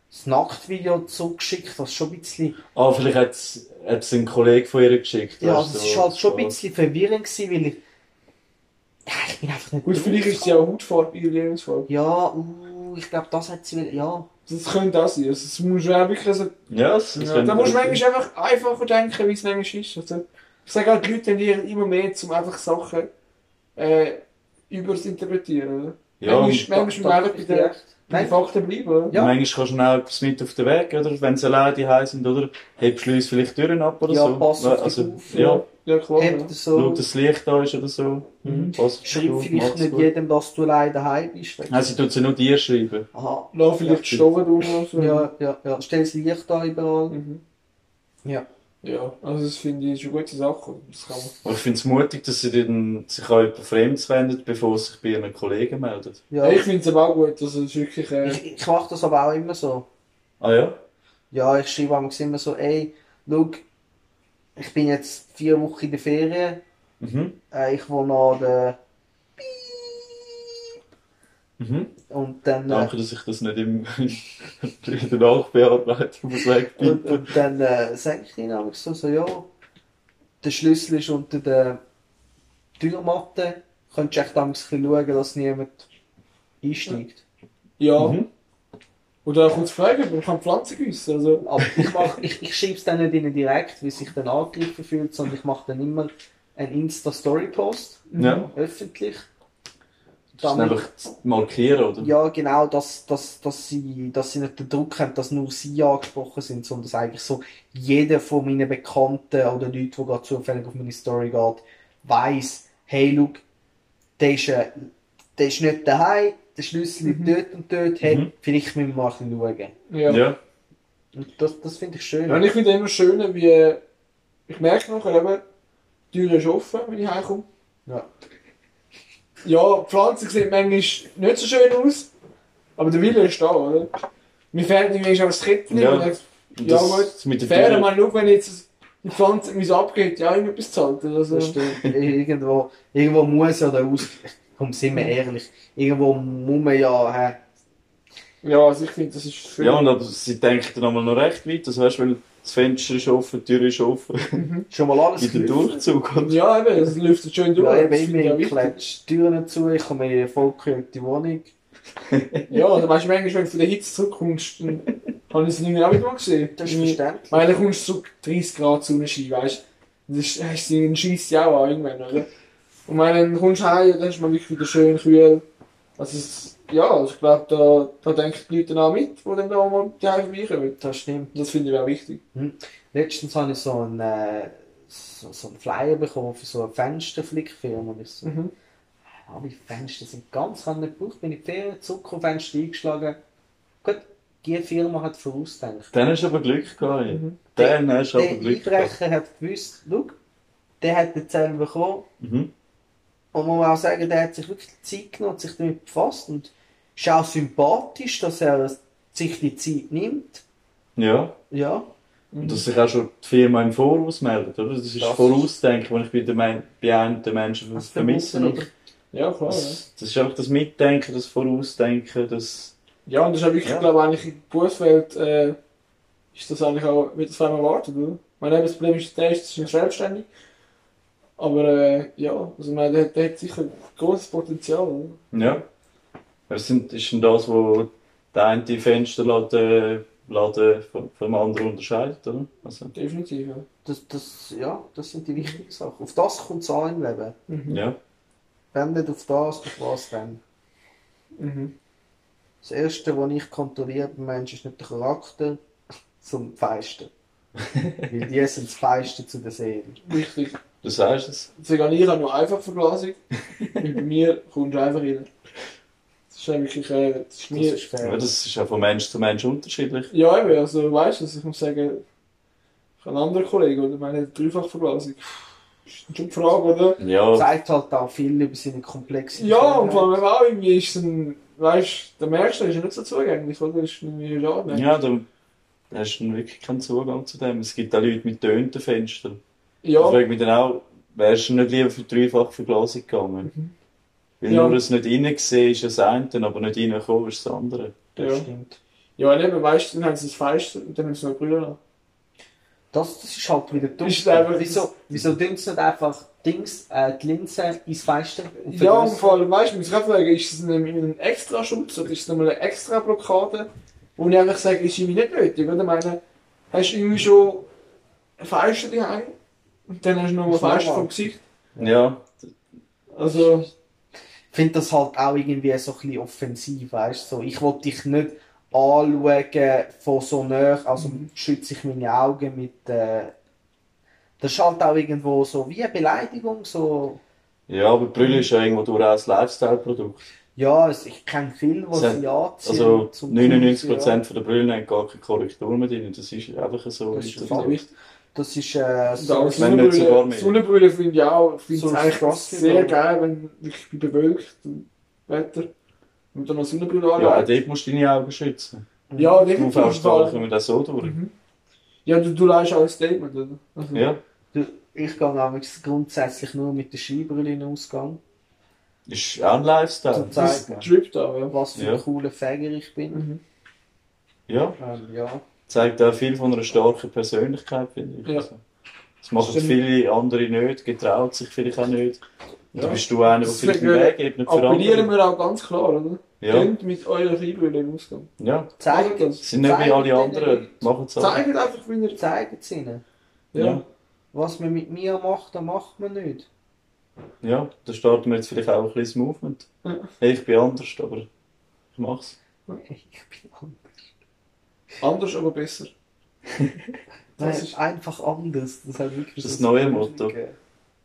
S6: das Nachtvideo zurückgeschickt, was schon ein bisschen
S1: Ah, vielleicht hat es ein Kollege von ihr geschickt.
S6: Ja,
S1: weißt
S6: also
S1: du,
S6: es ist halt schon ein
S1: was-
S6: bisschen verwirrend gewesen, weil ich... Ja, ich bin einfach nicht...
S4: Gut,
S6: drauf
S4: vielleicht ist sie auch Hautfarbe, ihre Lebensfarbe.
S6: Ja, uh, ich glaube, das hat sie... will- Ja,
S4: Das könnte auch sein. Also, das musst du auch wirklich so,
S1: Ja, das, das
S4: ja,
S1: könnte
S4: da musst du
S1: gut sein.
S4: manchmal einfach einfacher denken, wie es manchmal ist. Also, ich sage auch, die Leute tendieren immer mehr, um einfach Sachen äh, überinterpretieren. Oder?
S1: Ja,
S4: manchmal-
S1: und
S4: Manchmal muss man einfach bei den, bei den
S6: Nein,
S4: Fakten bleiben. Oder?
S6: Ja.
S1: manchmal kannst du auch etwas mit auf den Weg, oder? Wenn sie alleine daheim sind, oder? Hebst du uns vielleicht Türen ab oder
S6: Ja,
S1: so? Also,
S6: pass auf dich auf,
S1: ja,
S4: ja klar. Ja.
S6: habt
S1: schau,
S6: ihr so...
S1: dass das Licht da ist oder so.
S4: Mhm.
S1: Pass auf dich
S6: Schreib
S1: auf,
S6: vielleicht
S1: mach's
S6: nicht
S1: gut. Also-
S6: jedem, dass du allein daheim bist.
S1: Nein, sie tut sie nur dir schreiben.
S6: Aha.
S4: Lass vielleicht die Stollen rum oder so.
S6: Ja, ja, ja. Stell das Licht da überall.
S4: Mhm.
S6: Ja.
S4: Ja, also das finde ich schon eine gute Sache. Das kann man.
S1: Aber ich finde es mutig, dass sie dann sich an jemanden Fremdes wendet, bevor sie sich bei ihren Kollegen meldet.
S6: Ja.
S4: Ich
S6: Ich,
S4: finde es aber auch gut, also es ist wirklich... Äh,
S6: ich mache das aber auch immer so.
S1: Ah ja?
S6: Ja, ich schreibe manchmal immer so, ey, schau, ich bin jetzt vier Wochen in der Ferien,
S1: Mhm.
S6: äh, ich wohne an der...
S1: Mhm.
S6: Und dann... Äh,
S1: Danke, dass ich das nicht im, in der Nachbearbeitung muss
S6: Und,
S1: wegbieten.
S6: und dann äh, sage ich ihnen aber so, so, ja, der Schlüssel ist unter der Türmatte. Könntest du echt damals ein bisschen schauen, dass niemand einsteigt.
S4: ja.
S1: Mhm.
S4: Oder kurz fragen, man kann Pflanzen gießen. Also,
S6: Aber ich, mach- ich, ich schreibe es dann nicht ihnen direkt, weil sich dann angegriffen fühlt, sondern ich mache dann immer einen Insta-Story-Post,
S1: Ja.
S6: öffentlich.
S1: Das ist
S6: Damit-
S1: einfach zu markieren, oder?
S6: Ja, genau, dass, dass, dass, sie, dass sie nicht den Druck haben, dass nur sie angesprochen sind, sondern dass eigentlich so jeder von meinen Bekannten oder Leuten, die gerade zufällig auf meine Story geht, weiß, hey, schau, der ist, äh, der ist nicht daheim, der Schlüssel liegt dort und dort, hey,
S1: Mhm.
S6: vielleicht müssen wir mal ein bisschen schauen.
S4: ja.
S1: Ja.
S6: Und das, das finde ich schön.
S4: Ja, und ich finde immer schöner, wie. äh, Ich merke nachher eben, die Tür ist offen, wenn ich heimkomme.
S6: Ja.
S4: Ja, die Pflanzen sehen manchmal nicht so schön aus, aber der Wille ist da, oder? Mir fehlt irgendwie schon das Kettchen.
S1: Ja.
S4: Ja, das,
S1: Und
S4: ja
S1: das
S4: gut.
S1: Mit der
S4: Fair,
S1: Tür-
S4: man nur, wenn jetzt die Pflanze mir so abgeht, ja, irgendetwas zahlt. Also,
S6: Das stimmt. irgendwo, irgendwo muss ja der Aus... Komm, sind wir ehrlich, irgendwo muss man ja... hä,
S4: ja, also ich finde, das ist schön.
S1: Ja, und aber sie denken dann einmal noch recht weit. Das weißt weil das Fenster ist offen, die Tür ist offen.
S6: schon mal alles
S1: In den
S6: gelüftet.
S1: Durchzug. Und
S4: ja eben, es lüftet schön durch. das
S6: Ja, eben
S4: finde ich
S6: immer
S4: auch wichtig.
S6: geklebt, Türen zu, ich komme in eine vollgekühlte Wohnung.
S4: Ja, also weißt du, manchmal, wenn du von der Hitze zurückkommst, dann habe ich es nicht mehr auch wieder gesehen.
S6: Das ist
S4: Irgendwie-
S6: verständlich.
S4: Weil dann kommst du zurück 30 Grad Sonnenschein, weißt du? Das ist- hast du einen Scheiss ja auch an irgendwann, oder? Und wenn dann kommst du heim, dann ist man wirklich wieder schön kühl. Also, es, ja, also ich glaube, da, da denken die Leute dann auch mit, die dann da auch mal die Heim vorbeikommen.
S6: Das stimmt.
S4: Das finde ich auch wichtig.
S6: Letztens habe ich so einen, äh, so, so einen Flyer bekommen für so einen Fensterflickfilm. Und ich so,
S4: Mhm.
S6: ah, die Fenster sind ganz lange nicht gebraucht. Bin ich Ferien Zuckerfenster eingeschlagen. Gut, die Firma hat vorausgedacht.
S1: Dann hast du aber Glück gehabt. ey.
S4: Mhm.
S1: Dann hast du
S6: Der
S1: aber Glück gehabt.
S6: Einbrecher hat gewusst, schau, der hat den Zell bekommen.
S1: Mhm.
S6: Und man muss auch sagen, der hat sich wirklich Zeit genommen, und sich damit befasst. Und ist auch sympathisch, dass er sich die Zeit nimmt.
S1: Ja.
S6: Ja.
S1: Und dass sich auch schon die Firma im Voraus meldet, oder? Das ist
S6: Das-
S1: Vorausdenken, wenn ich bei den, Men bei einem der Menschen
S6: Das
S1: vermissen,
S6: muss
S1: oder?
S4: Ja, klar. Ja,
S1: Das, das ist einfach das Mitdenken, das Vorausdenken, das...
S4: ja und das ist auch wirklich,
S1: Ja.
S4: glaube ich, eigentlich in der Berufswelt, äh, ist das eigentlich auch, wird das von einem erwartet, oder? Mein das Problem ist, der ist nicht selbstständig. Aber, äh, ja, also, ich meine, der, der hat sicher großes Potenzial, oder?
S1: Ja. Was sind, ist denn das, wo der eine Fensterladen Laden vom, vom anderen unterscheidet, oder? Also,
S4: Definitiv, ja.
S6: Das, das, ja, das sind die wichtigen Sachen. Auf das kommt es an im Leben.
S1: ja.
S6: Wenn nicht auf das, auf was dann?
S4: Mhm.
S6: Das Erste, was ich kontrolliere beim Menschen, ist nicht der Charakter, sondern die Feisten. Weil die sind das Feiste zu der Seele.
S4: Richtig.
S1: Du sagst es.
S4: Deswegen habe ich auch nur einfach Verglasung. Weil bei mir kommst du einfach rein. Das ist ja wirklich, äh, das ist
S6: Das
S4: mir...
S6: ist
S1: Ja,
S6: fair.
S1: das ist ja von Mensch zu Mensch unterschiedlich.
S4: Ja, eben, also weißt du, also ich muss sagen, ich habe einen anderen Kollegen, oder? Ich meine, er hat dreifach Verglasung. Ist schon die Frage, oder?
S1: Ja,
S6: Zeigt halt auch viel über seine Komplexität.
S4: Ja, und vor allem auch irgendwie ist es ein... Weißt du, da merkst du, er ist ja nicht so zugänglich, oder? Ist irgendwie schade.
S1: ja da hast du wirklich keinen Zugang zu dem. Es gibt auch Leute mit tönten Fenstern. Ich
S4: Ja,
S1: frage mich dann auch, wärst du nicht lieber für dreifach Verglasung gegangen? Weil
S4: Ja.
S1: nur es nicht reingesehen ist das eine, aber nicht reinkommen ist das andere.
S6: Das
S4: ja.
S6: stimmt.
S4: Ja, und eben, weißt du, dann haben sie das Feister und dann haben sie noch Brüder an.
S6: Das, das ist halt wieder dumm.
S4: Ist einfach-
S6: wieso wieso tun sie nicht einfach Dings, äh, die Linse ins Feiste? und
S4: Ja, und
S6: vergessen?
S4: vor allem, weißt du, muss ich auch fragen, ist es ein, ein extra Schutz oder ist es nochmal eine extra Blockade? Wo ich einfach sage, ist irgendwie nicht nötig, oder? Ich meine, hast du irgendwie schon eine Feiste daheim und dann hast du nochmal
S6: Muss man
S4: Feiste
S6: machen.
S4: vom Gesicht.
S1: Ja,
S4: Also,
S6: finde das halt auch irgendwie so ein bisschen offensiv, weißt du? So, ich will dich nicht anschauen von so nah, also
S4: Mhm.
S6: schütze ich meine Augen mit. Äh, das ist halt auch irgendwo so wie eine Beleidigung, so.
S1: ja aber Brille ist ja irgendwo durch auch ein Lifestyle-Produkt.
S6: Ja, es, ich kenne viele, die
S1: Seit-
S6: sie anziehen.
S1: Also
S6: zum
S1: 99% von der Brillen haben gar keine Korrektur mehr drin. Das ist einfach so.
S6: Das ist
S1: Ist das
S6: Fakt.
S1: so.
S6: Das ist äh, so,
S4: so
S1: wenn nicht sogar
S4: Sonnenbrille,
S1: mehr.
S4: Sonnenbrille finde ich auch, finde
S6: So
S4: es eigentlich
S6: Strassen-
S4: sehr geil, wenn ich bin bewölkt und Wetter und dann noch Sonnenbrille
S1: Ja, auch
S4: anlegt.
S1: dort musst du deine Augen schützen.
S4: Ja,
S1: Du
S4: definitiv.
S1: fährst da, kommen wir das so durch.
S4: Mhm. Ja, du, du leist auch ein Statement, oder? Also,
S1: Ja,
S6: du- ich gehe nämlich grundsätzlich nur mit der Skibrille in den Ausgang,
S1: ist auch ein Lifestyle.
S6: zum
S4: Das
S6: zeigen,
S4: Trip da, ja.
S6: was für
S1: Ja.
S6: ein cooler Fäger ich bin.
S4: Mhm.
S1: Ja,
S6: Ähm, ja.
S1: zeigt auch viel von einer starken Persönlichkeit, finde ich.
S4: Ja.
S1: Also, Das machen
S4: Stimmt.
S1: viele andere nicht, getraut sich vielleicht auch nicht. Und
S4: Ja.
S1: da bist du einer, der
S4: Deswegen
S1: vielleicht den Weg ebnet für
S4: Appellieren
S1: andere.
S4: wir auch ganz klar, oder?
S1: Ja,
S4: Könnt mit euren Fibrillen im Ausgang.
S1: ja.
S6: Zeigen,
S4: Macht das.
S1: Sie sind nicht wie
S6: Zeigt
S1: alle
S6: den
S1: anderen.
S6: Leuten.
S1: Machen es auch.
S4: Zeigt einfach, wie ihr.
S6: zeigen sie ihnen.
S4: Ja.
S1: Ja.
S6: Was man mit mir macht, das macht man nicht.
S1: Ja, da starten wir jetzt vielleicht auch ein bisschen das Movement.
S4: Ja.
S1: Hey, ich bin anders, aber ich mach's.
S6: Ich bin anders.
S4: Anders, aber besser.
S6: Das
S4: Das
S6: ist einfach anders. Das hat wirklich
S1: Das ist das
S6: so
S1: neue
S6: viel
S1: Motto.
S6: gegeben.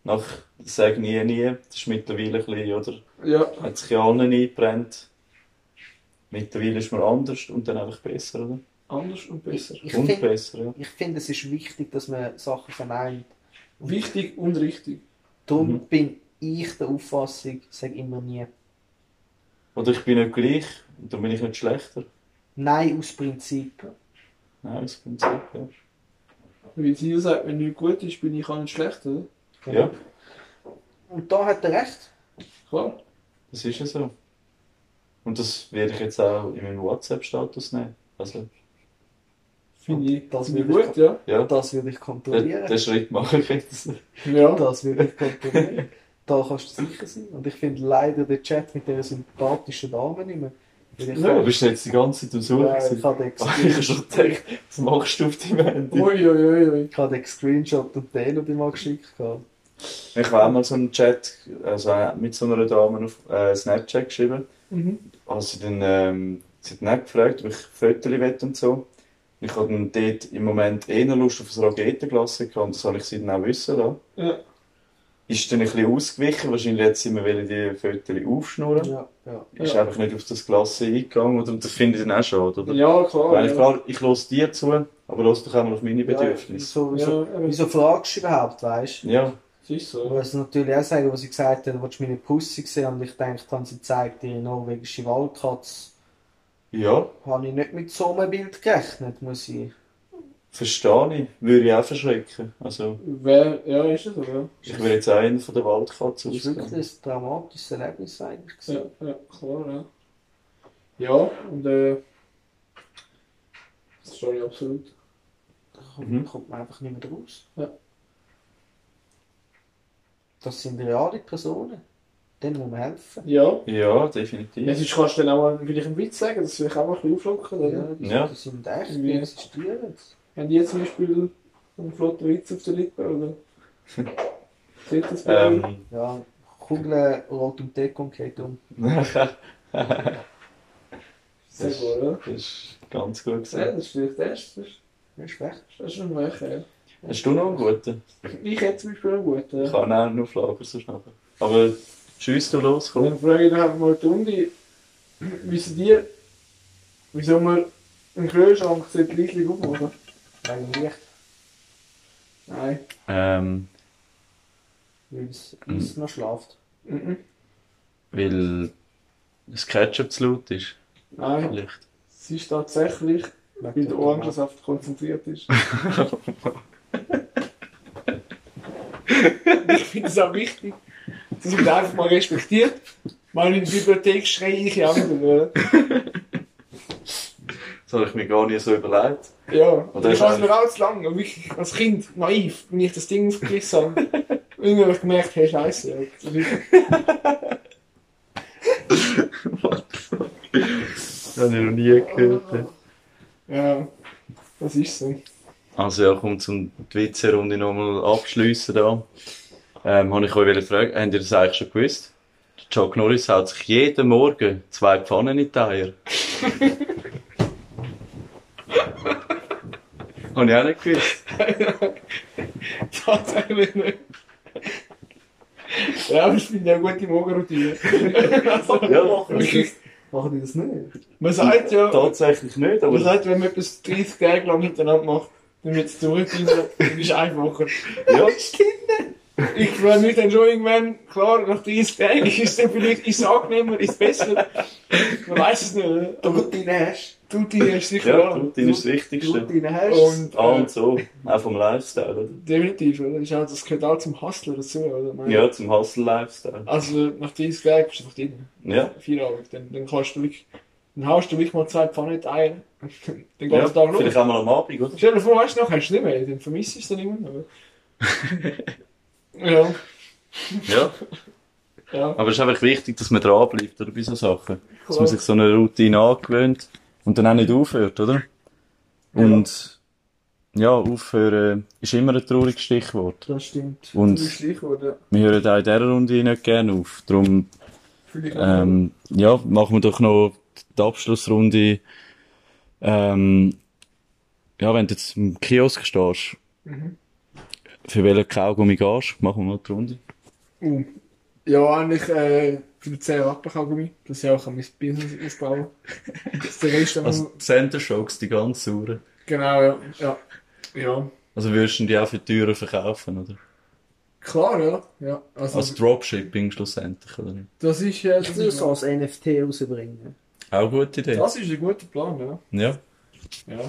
S1: Nach Sag nie, nie. Das ist mittlerweile ein bisschen, oder?
S4: Ja.
S1: hat sich ja allen eingebrennt. Mittlerweile ist man anders und dann einfach besser, oder?
S4: Anders und besser.
S6: Ich, ich
S1: und
S6: finde,
S1: besser, ja.
S6: ich find, es ist wichtig, dass man Sachen verneint.
S4: Wichtig und richtig.
S6: Darum
S1: Mhm.
S6: bin ich der Auffassung, sage immer nie.
S1: Oder ich bin nicht gleich und dann bin ich nicht schlechter.
S6: Nein aus Prinzip.
S1: Nein, das Prinzip, ja.
S4: Wie sie sagt, wenn nichts gut ist, bin ich auch nicht schlecht, oder?
S1: Ja,
S6: Und da hat er recht.
S4: Klar.
S1: das ist ja so. Und das werde ich jetzt auch in meinen WhatsApp-Status nehmen. Also,
S4: Finde ich, das
S6: Das
S4: finde ich
S6: würde ich-
S4: gut, ja.
S1: ja, Äh,
S6: Das würde ich
S1: den,
S6: kontrollieren.
S1: den Schritt mache ich jetzt.
S4: Ja.
S6: Das würde ich kontrollieren. da kannst du sicher sein. Und ich finde leider den Chat mit dieser sympathischen Dame nicht mehr. Bin ich
S7: Ja, du bist jetzt die ganze Zeit am Suchen.
S6: Ja, ich
S7: gewesen.
S6: habe den,
S7: ich habe schon gedacht, was machst du auf deinem Handy?
S4: Ui, ui, ui, ui.
S6: ich habe den Screenshot und den noch mal geschickt. gehabt.
S7: Ich habe auch mal so einen Chat also auch mit so einer Dame auf äh, Snapchat geschrieben.
S4: Mhm.
S7: Also sie, dann, ähm, sie hat dann gefragt, ob ich Fotos will und so. Ich habe dann dort im Moment eher Lust auf ein Raketenglas gehabt und das habe ich sie dann auch wissen lassen.
S4: Ja.
S7: Ist dann ein bisschen ausgewichen, wahrscheinlich jetzt sind wir wollen die Fotos aufschnurren.
S6: Ja, ja.
S7: Ist
S4: Ja.
S7: einfach nicht auf das Glas eingegangen und das finde ich dann auch schade, oder?
S4: Ja, klar.
S7: Weil ich,
S4: Ja.
S7: klar, ich höre dir zu, aber hörst doch auch mal auf meine Bedürfnisse.
S6: Wieso, wieso,
S4: Ja, eben.
S6: wieso fragst du überhaupt, weißt du?
S7: Ja,
S4: Das ist so.
S6: Was sie natürlich auch sagen, wo sie gesagt hat, willst du meine Pussy sehen? Und ich denke, dann sie zeigt die norwegische Waldkatze.
S7: ja,
S6: Habe ich nicht mit so einem Bild gerechnet, muss ich.
S7: verstehe ich. Würde ich auch verschrecken. Also,
S4: Wer, ja, ist es so, ja.
S7: ich würde jetzt auch einen von der Waldkatze
S6: Das ist wirklich
S7: ausgehen.
S6: ein dramatisches Erlebnis eigentlich. gewesen.
S4: Ja, ja, klar, ja. Ja, und äh. Das verstehe ich absolut.
S6: kommt,
S7: Mhm.
S6: kommt man einfach nicht mehr raus.
S4: Ja.
S6: Das sind reale Personen. Denen muss man helfen.
S4: Ja.
S7: Ja,
S4: Ja,
S7: definitiv.
S4: sonst kannst du dann auch mal vielleicht einen Witz sagen, dass du dich auch mal ein bisschen auflocken, oder?
S6: Ja, die,
S7: Ja.
S6: die sind echt, die
S4: Ja.
S6: existieren.
S4: Haben die zum Beispiel einen flotten Witz auf der Lippe, oder? Seht ihr das bei euch?
S7: Ähm,
S6: Ja, Kugeln rollt um die Decke und geht um.
S4: Sehr gut, oder?
S7: das ist ganz gut
S4: Ja,
S7: gesagt.
S4: das ist vielleicht erst. Das ist,
S6: Das ist schlecht.
S4: das ist schon weg, ja.
S7: Hast du noch einen guten?
S4: Ich hätte zum Beispiel einen guten.
S7: Ich
S4: Ja.
S7: kann auch nur Flaber so schnappen. Aber schieß du los, komm.
S4: Dann frage ich doch einfach mal die Runde, wissen die, wieso man einen Kühlschrank sollte leise aufmachen?
S6: Wegen dem Licht,
S4: Nein.
S1: Ähm,
S6: weil es Eis noch schlaft.
S4: Mhm.
S1: weil das Ketchup zu laut ist,
S4: Nein.
S1: vielleicht.
S4: Es ist tatsächlich, weil
S6: Wegen
S4: der
S6: der
S4: Orangensaft konzentriert ist. ich finde es auch wichtig, dass man das einfach mal respektiert. Mal in der Bibliothek schreie ich anderen, oder?
S7: Das habe ich mir gar nicht so überlegt.
S4: Ja,
S7: Oder
S4: ich
S7: ist
S4: habe es
S7: eigentlich-
S4: mir auch zu lang, aber ich, als Kind, naiv, wenn ich das Ding aufgerissen habe, irgendwann habe ich gemerkt, hey, scheiße. ja, das ist-
S7: Das habe ich noch nie gehört. ja.
S4: Ja, das ist so.
S1: Also ja, komm zum die WC-Runde nochmal abschliessen da. Ähm, habe ich euch eine Frage, habt ihr das eigentlich schon gewusst? Der Chuck Norris haut sich jeden Morgen zwei Pfannen in die Eier. Habe ich auch nicht gewusst.
S4: Tatsächlich nicht. Ja, aber ich finde ja eine gute Morgenroutine.
S7: Ja,
S4: Wirklich,
S6: Machen die das nicht?
S4: Man sagt ja,
S7: tatsächlich nicht, aber
S4: man sagt, wenn man etwas 30 Tage lang hintereinander macht, dann wird es durchgewiesen, dann ist eine Woche.
S7: ja,
S4: Ich freue mich dann schon irgendwann, klar, nach 30 Tagen ist es dann vielleicht, ist es angenehmer, ist es besser. Man weiß es nicht. oder?
S6: Du deine hast.
S4: Du, die hast sicher
S7: ja,
S4: an.
S7: Routine ist das
S6: Du
S7: Wichtigste.
S6: deine hast.
S4: Und,
S7: Ah,
S4: äh,
S7: und so. Auch vom Lifestyle, oder?
S4: definitiv, oder? Das, ist auch, das gehört auch zum Hustler dazu, oder? Ich meine,
S7: Ja, zum Hustle-Lifestyle.
S4: Also, nach 30 Tagen bist du einfach drin.
S7: Ja,
S4: Feierabend. Dann, dann kannst du wirklich, dann haust du wirklich mal zwei Pfannen in die Eier. Dann geht
S7: ja
S4: der Tag
S7: vielleicht
S4: noch.
S7: auch mal am Abend, oder?
S4: Stell dir vor, weißt du, nachher hast du nicht mehr, dann vermisst du es dann immer noch. ja,
S1: Ja.
S4: ja.
S1: Aber es ist einfach wichtig, dass man dranbleibt, oder, bei so Sachen. Dass man
S4: Klar.
S1: sich so eine Routine angewöhnt und dann auch nicht aufhört, oder? Und, ja, aufhören ist immer ein trauriges Stichwort.
S6: Das stimmt.
S1: Und,
S4: Das Stichwort, ja.
S1: Wir hören auch in dieser Runde nicht gerne auf. Darum,
S4: Vielleicht ähm,
S1: ähm, ja, machen wir doch noch die Abschlussrunde. Ähm, ja, wenn du jetzt im Kiosk stehst, Mhm. für welchen Kaugummi gehst, machen wir mal die Runde.
S4: Oh. ja, eigentlich äh, für die 10 Rappen Kaugummi, dass ich auch mein Business aufbauen kann. Dass der Rest dann
S1: Also, Center Shocks, die ganz sauren.
S4: Genau, ja. ja. Ja,
S1: Also würdest du die auch für teurer verkaufen, oder?
S4: klar, ja. ja. Also,
S1: Als Dropshipping schlussendlich, oder nicht?
S4: das ist ja.
S6: Du musst es als NFT rausbringen.
S1: Auch eine gute Idee.
S4: Das ist ein guter Plan, ja.
S1: Ja,
S4: ja.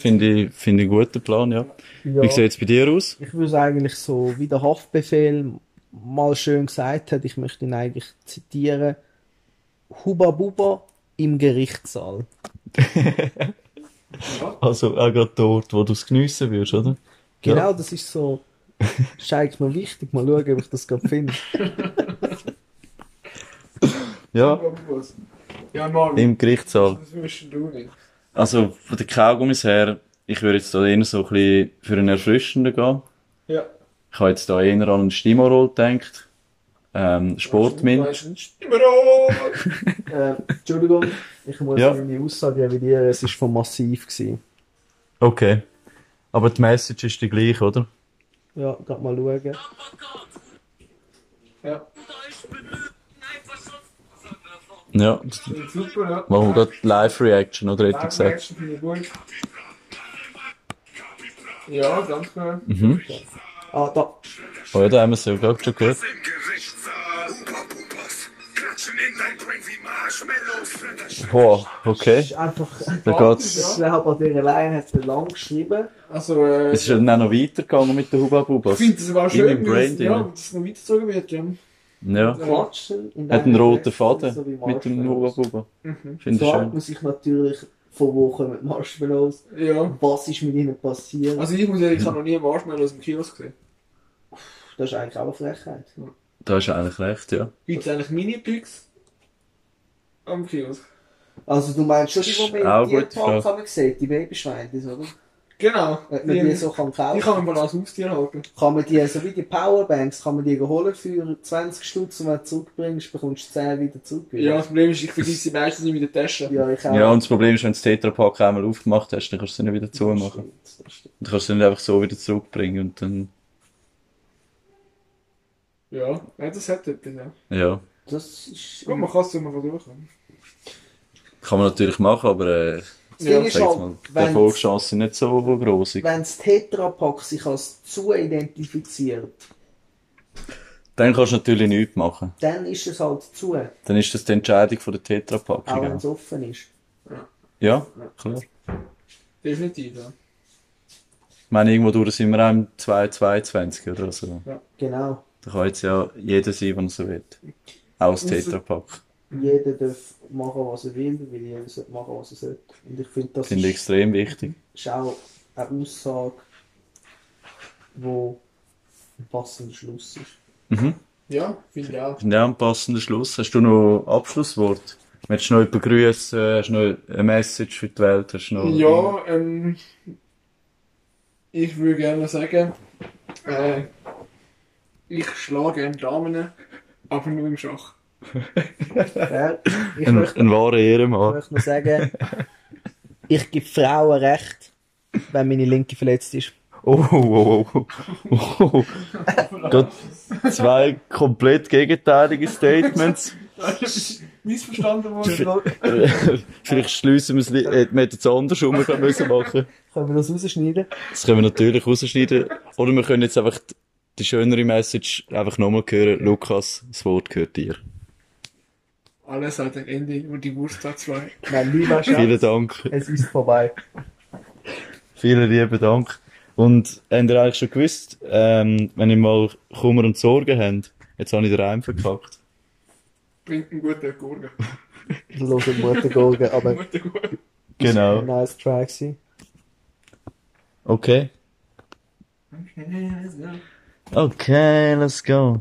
S1: finde ich, finde ich einen guten Plan, ja. Wie sieht es bei dir aus?
S6: Ich würde es eigentlich so, wie der Haftbefehl mal schön gesagt hat, ich möchte ihn eigentlich zitieren: Huba Buba im Gerichtssaal.
S1: Also auch gerade dort, wo du es geniessen würdest, oder?
S6: Genau, das ist so. Scheint mir wichtig, mal schauen, ob ich das gerade finde.
S1: Ja.
S4: Aber was? Ja, Mann.
S1: im Gerichtssaal.
S4: Das wüsstest du nicht.
S1: Also von den Kaugummis her, ich würde jetzt da eher so ein bisschen für einen erfrischenden gehen.
S4: Ja.
S1: Ich habe jetzt da eher an einen Stimorol gedacht. Ähm, Sportmin.
S4: Weisst du nicht? Stimmero!
S6: Äh, Entschuldigung, ich muss
S1: Ja.
S6: meine Aussage revidieren, es war von massiv. Gewesen.
S1: Okay. Aber die Message ist die gleiche, oder?
S6: Ja, gerade mal schauen.
S4: Ja,
S1: Ja.
S4: das ist super, ja.
S1: Machen wir gerade Live-Reaction, oder hätte ich gesagt?
S4: Action finde ich gut. Ja, ganz genau.
S1: Mhm.
S6: Ah, da.
S1: Oh ja, da haben wir es ja gerade schon gehört. Boah, okay.
S6: ist einfach,
S1: Da geht's.
S6: schnell halt an dieser Line hat es lang geschrieben.
S4: Also, äh,
S1: Es ist ja dann auch noch weitergegangen mit den Huba Bubas.
S4: ich finde das aber auch
S1: in
S4: schön,
S1: meinem
S4: wie
S1: Brain
S4: das,
S1: drin.
S4: ja, wie das noch weitergezogen wird, ja.
S1: Ja.
S6: Klatschen. in
S1: Hat
S6: dem
S1: einen roten
S6: Text,
S1: Faden
S6: so wie
S1: mit dem Huba
S6: Marshmallows.
S1: Buba.
S4: Mhm.
S1: Finde ich
S6: Fragt
S1: schön.
S6: man sich natürlich, von wo kommen die Marshmallows?
S4: Ja.
S6: Was ist mit ihnen passiert?
S4: Also ich muss ehrlich, ich habe noch nie einen Marshmallow aus dem Kiosk gesehen.
S6: das ist eigentlich auch eine Frechheit.
S1: Da ist eigentlich recht, ja.
S4: Gibt es eigentlich Mini-Pics am Kiosk?
S6: Also du meinst schon die, die
S1: Auch
S6: man in
S1: gute
S6: den Park
S1: Frage.
S6: haben gesehen, die Babyschweinis, oder?
S4: Genau.
S6: Wenn man die
S4: Die,
S6: so kann kaufen
S4: ich kann mir mal als Haustier halten.
S6: kann man die, so wie die Powerbanks, kann man die holen für 20 Stutz und wenn du zurückbringst, bekommst du 10 wieder zurück.
S4: Ja, das Problem ist, ich vergesse sie meistens in meiner Tasche.
S6: ja, ich auch.
S1: Ja, und das Problem ist, wenn du das Tetrapack einmal aufgemacht hast, dann kannst du es nicht wieder zumachen.
S6: Stimmt, das stimmt.
S1: Du kannst es nicht einfach so wieder zurückbringen und dann,
S4: Ja, ja das hat etwas, ja.
S1: ja.
S6: Das ist...
S4: Gut, man kann es ja mal versuchen.
S1: Kann man natürlich machen, aber, äh,
S6: Das Ding
S4: Ja,
S6: ist
S1: sag jetzt mal,
S6: halt,
S1: die
S6: wenn
S1: Erfolgschancen sind nicht so gross.
S6: das Tetrapack sich als zu identifiziert,
S1: Dann kannst du natürlich nichts machen.
S6: dann ist es halt zu, auch
S1: Dann ist das die Entscheidung von der Tetrapackung.
S6: wenn
S1: Ja.
S6: es offen ist.
S1: ja, klar. Ich
S4: Definitiv, ja.
S1: meine, irgendwo durch sind wir auch im 222 oder so.
S6: Genau.
S1: Da kann jetzt ja jeder sein, wenn er so will. Auch das Tetrapack.
S6: Jeder darf machen, was er will, weil jeder sollte machen, was er sollte. Und ich finde, das
S1: Finde ich
S6: ist
S1: extrem wichtig.
S6: ist auch eine Aussage, wo ein passender Schluss ist.
S4: Ja, finde ich auch.
S1: Finde ich auch ein passender Schluss. Hast du noch Abschlusswort? Willst du noch jemanden grüßen? Hast du noch eine Message für die Welt? Hast du noch
S4: Ja, ähm, ich würde gerne sagen, äh, ich schlage gerne Damen, aber nur im Schach.
S6: Fair. Ich
S1: ein,
S6: möchte,
S1: ein wahrer
S6: ich
S1: Ehrenmann?
S6: möchte nur sagen, ich gebe Frauen recht, wenn meine Linke verletzt ist.
S1: Oh, oh, oh, oh. oh. Gott, zwei komplett gegenteilige Statements.
S4: Missverstanden worden.
S1: Vielleicht schliessen wir es, li- hätten wir jetzt andersrum können müssen machen.
S6: Können wir das rausschneiden?
S1: Das können wir natürlich rausschneiden. Oder wir können jetzt einfach die, die schönere Message einfach nochmal hören. Lukas, das Wort gehört dir.
S4: Alles hat ein Ende und die Wurst hat zwei.
S6: Nein, lieber Schatz,
S1: Vielen Dank.
S6: es ist vorbei.
S1: Vielen lieben Dank. Und habt ihr eigentlich schon gewusst, ähm, wenn ihr mal Kummer und Sorgen habt, jetzt habe ich den Reim verkackt.
S4: Bringt einen guten Gurgen.
S6: Los, Mutter Gurgen, aber
S4: Guten Gurgen.
S1: Genau.
S6: nice try gewesen.
S1: Okay. Okay, let's go.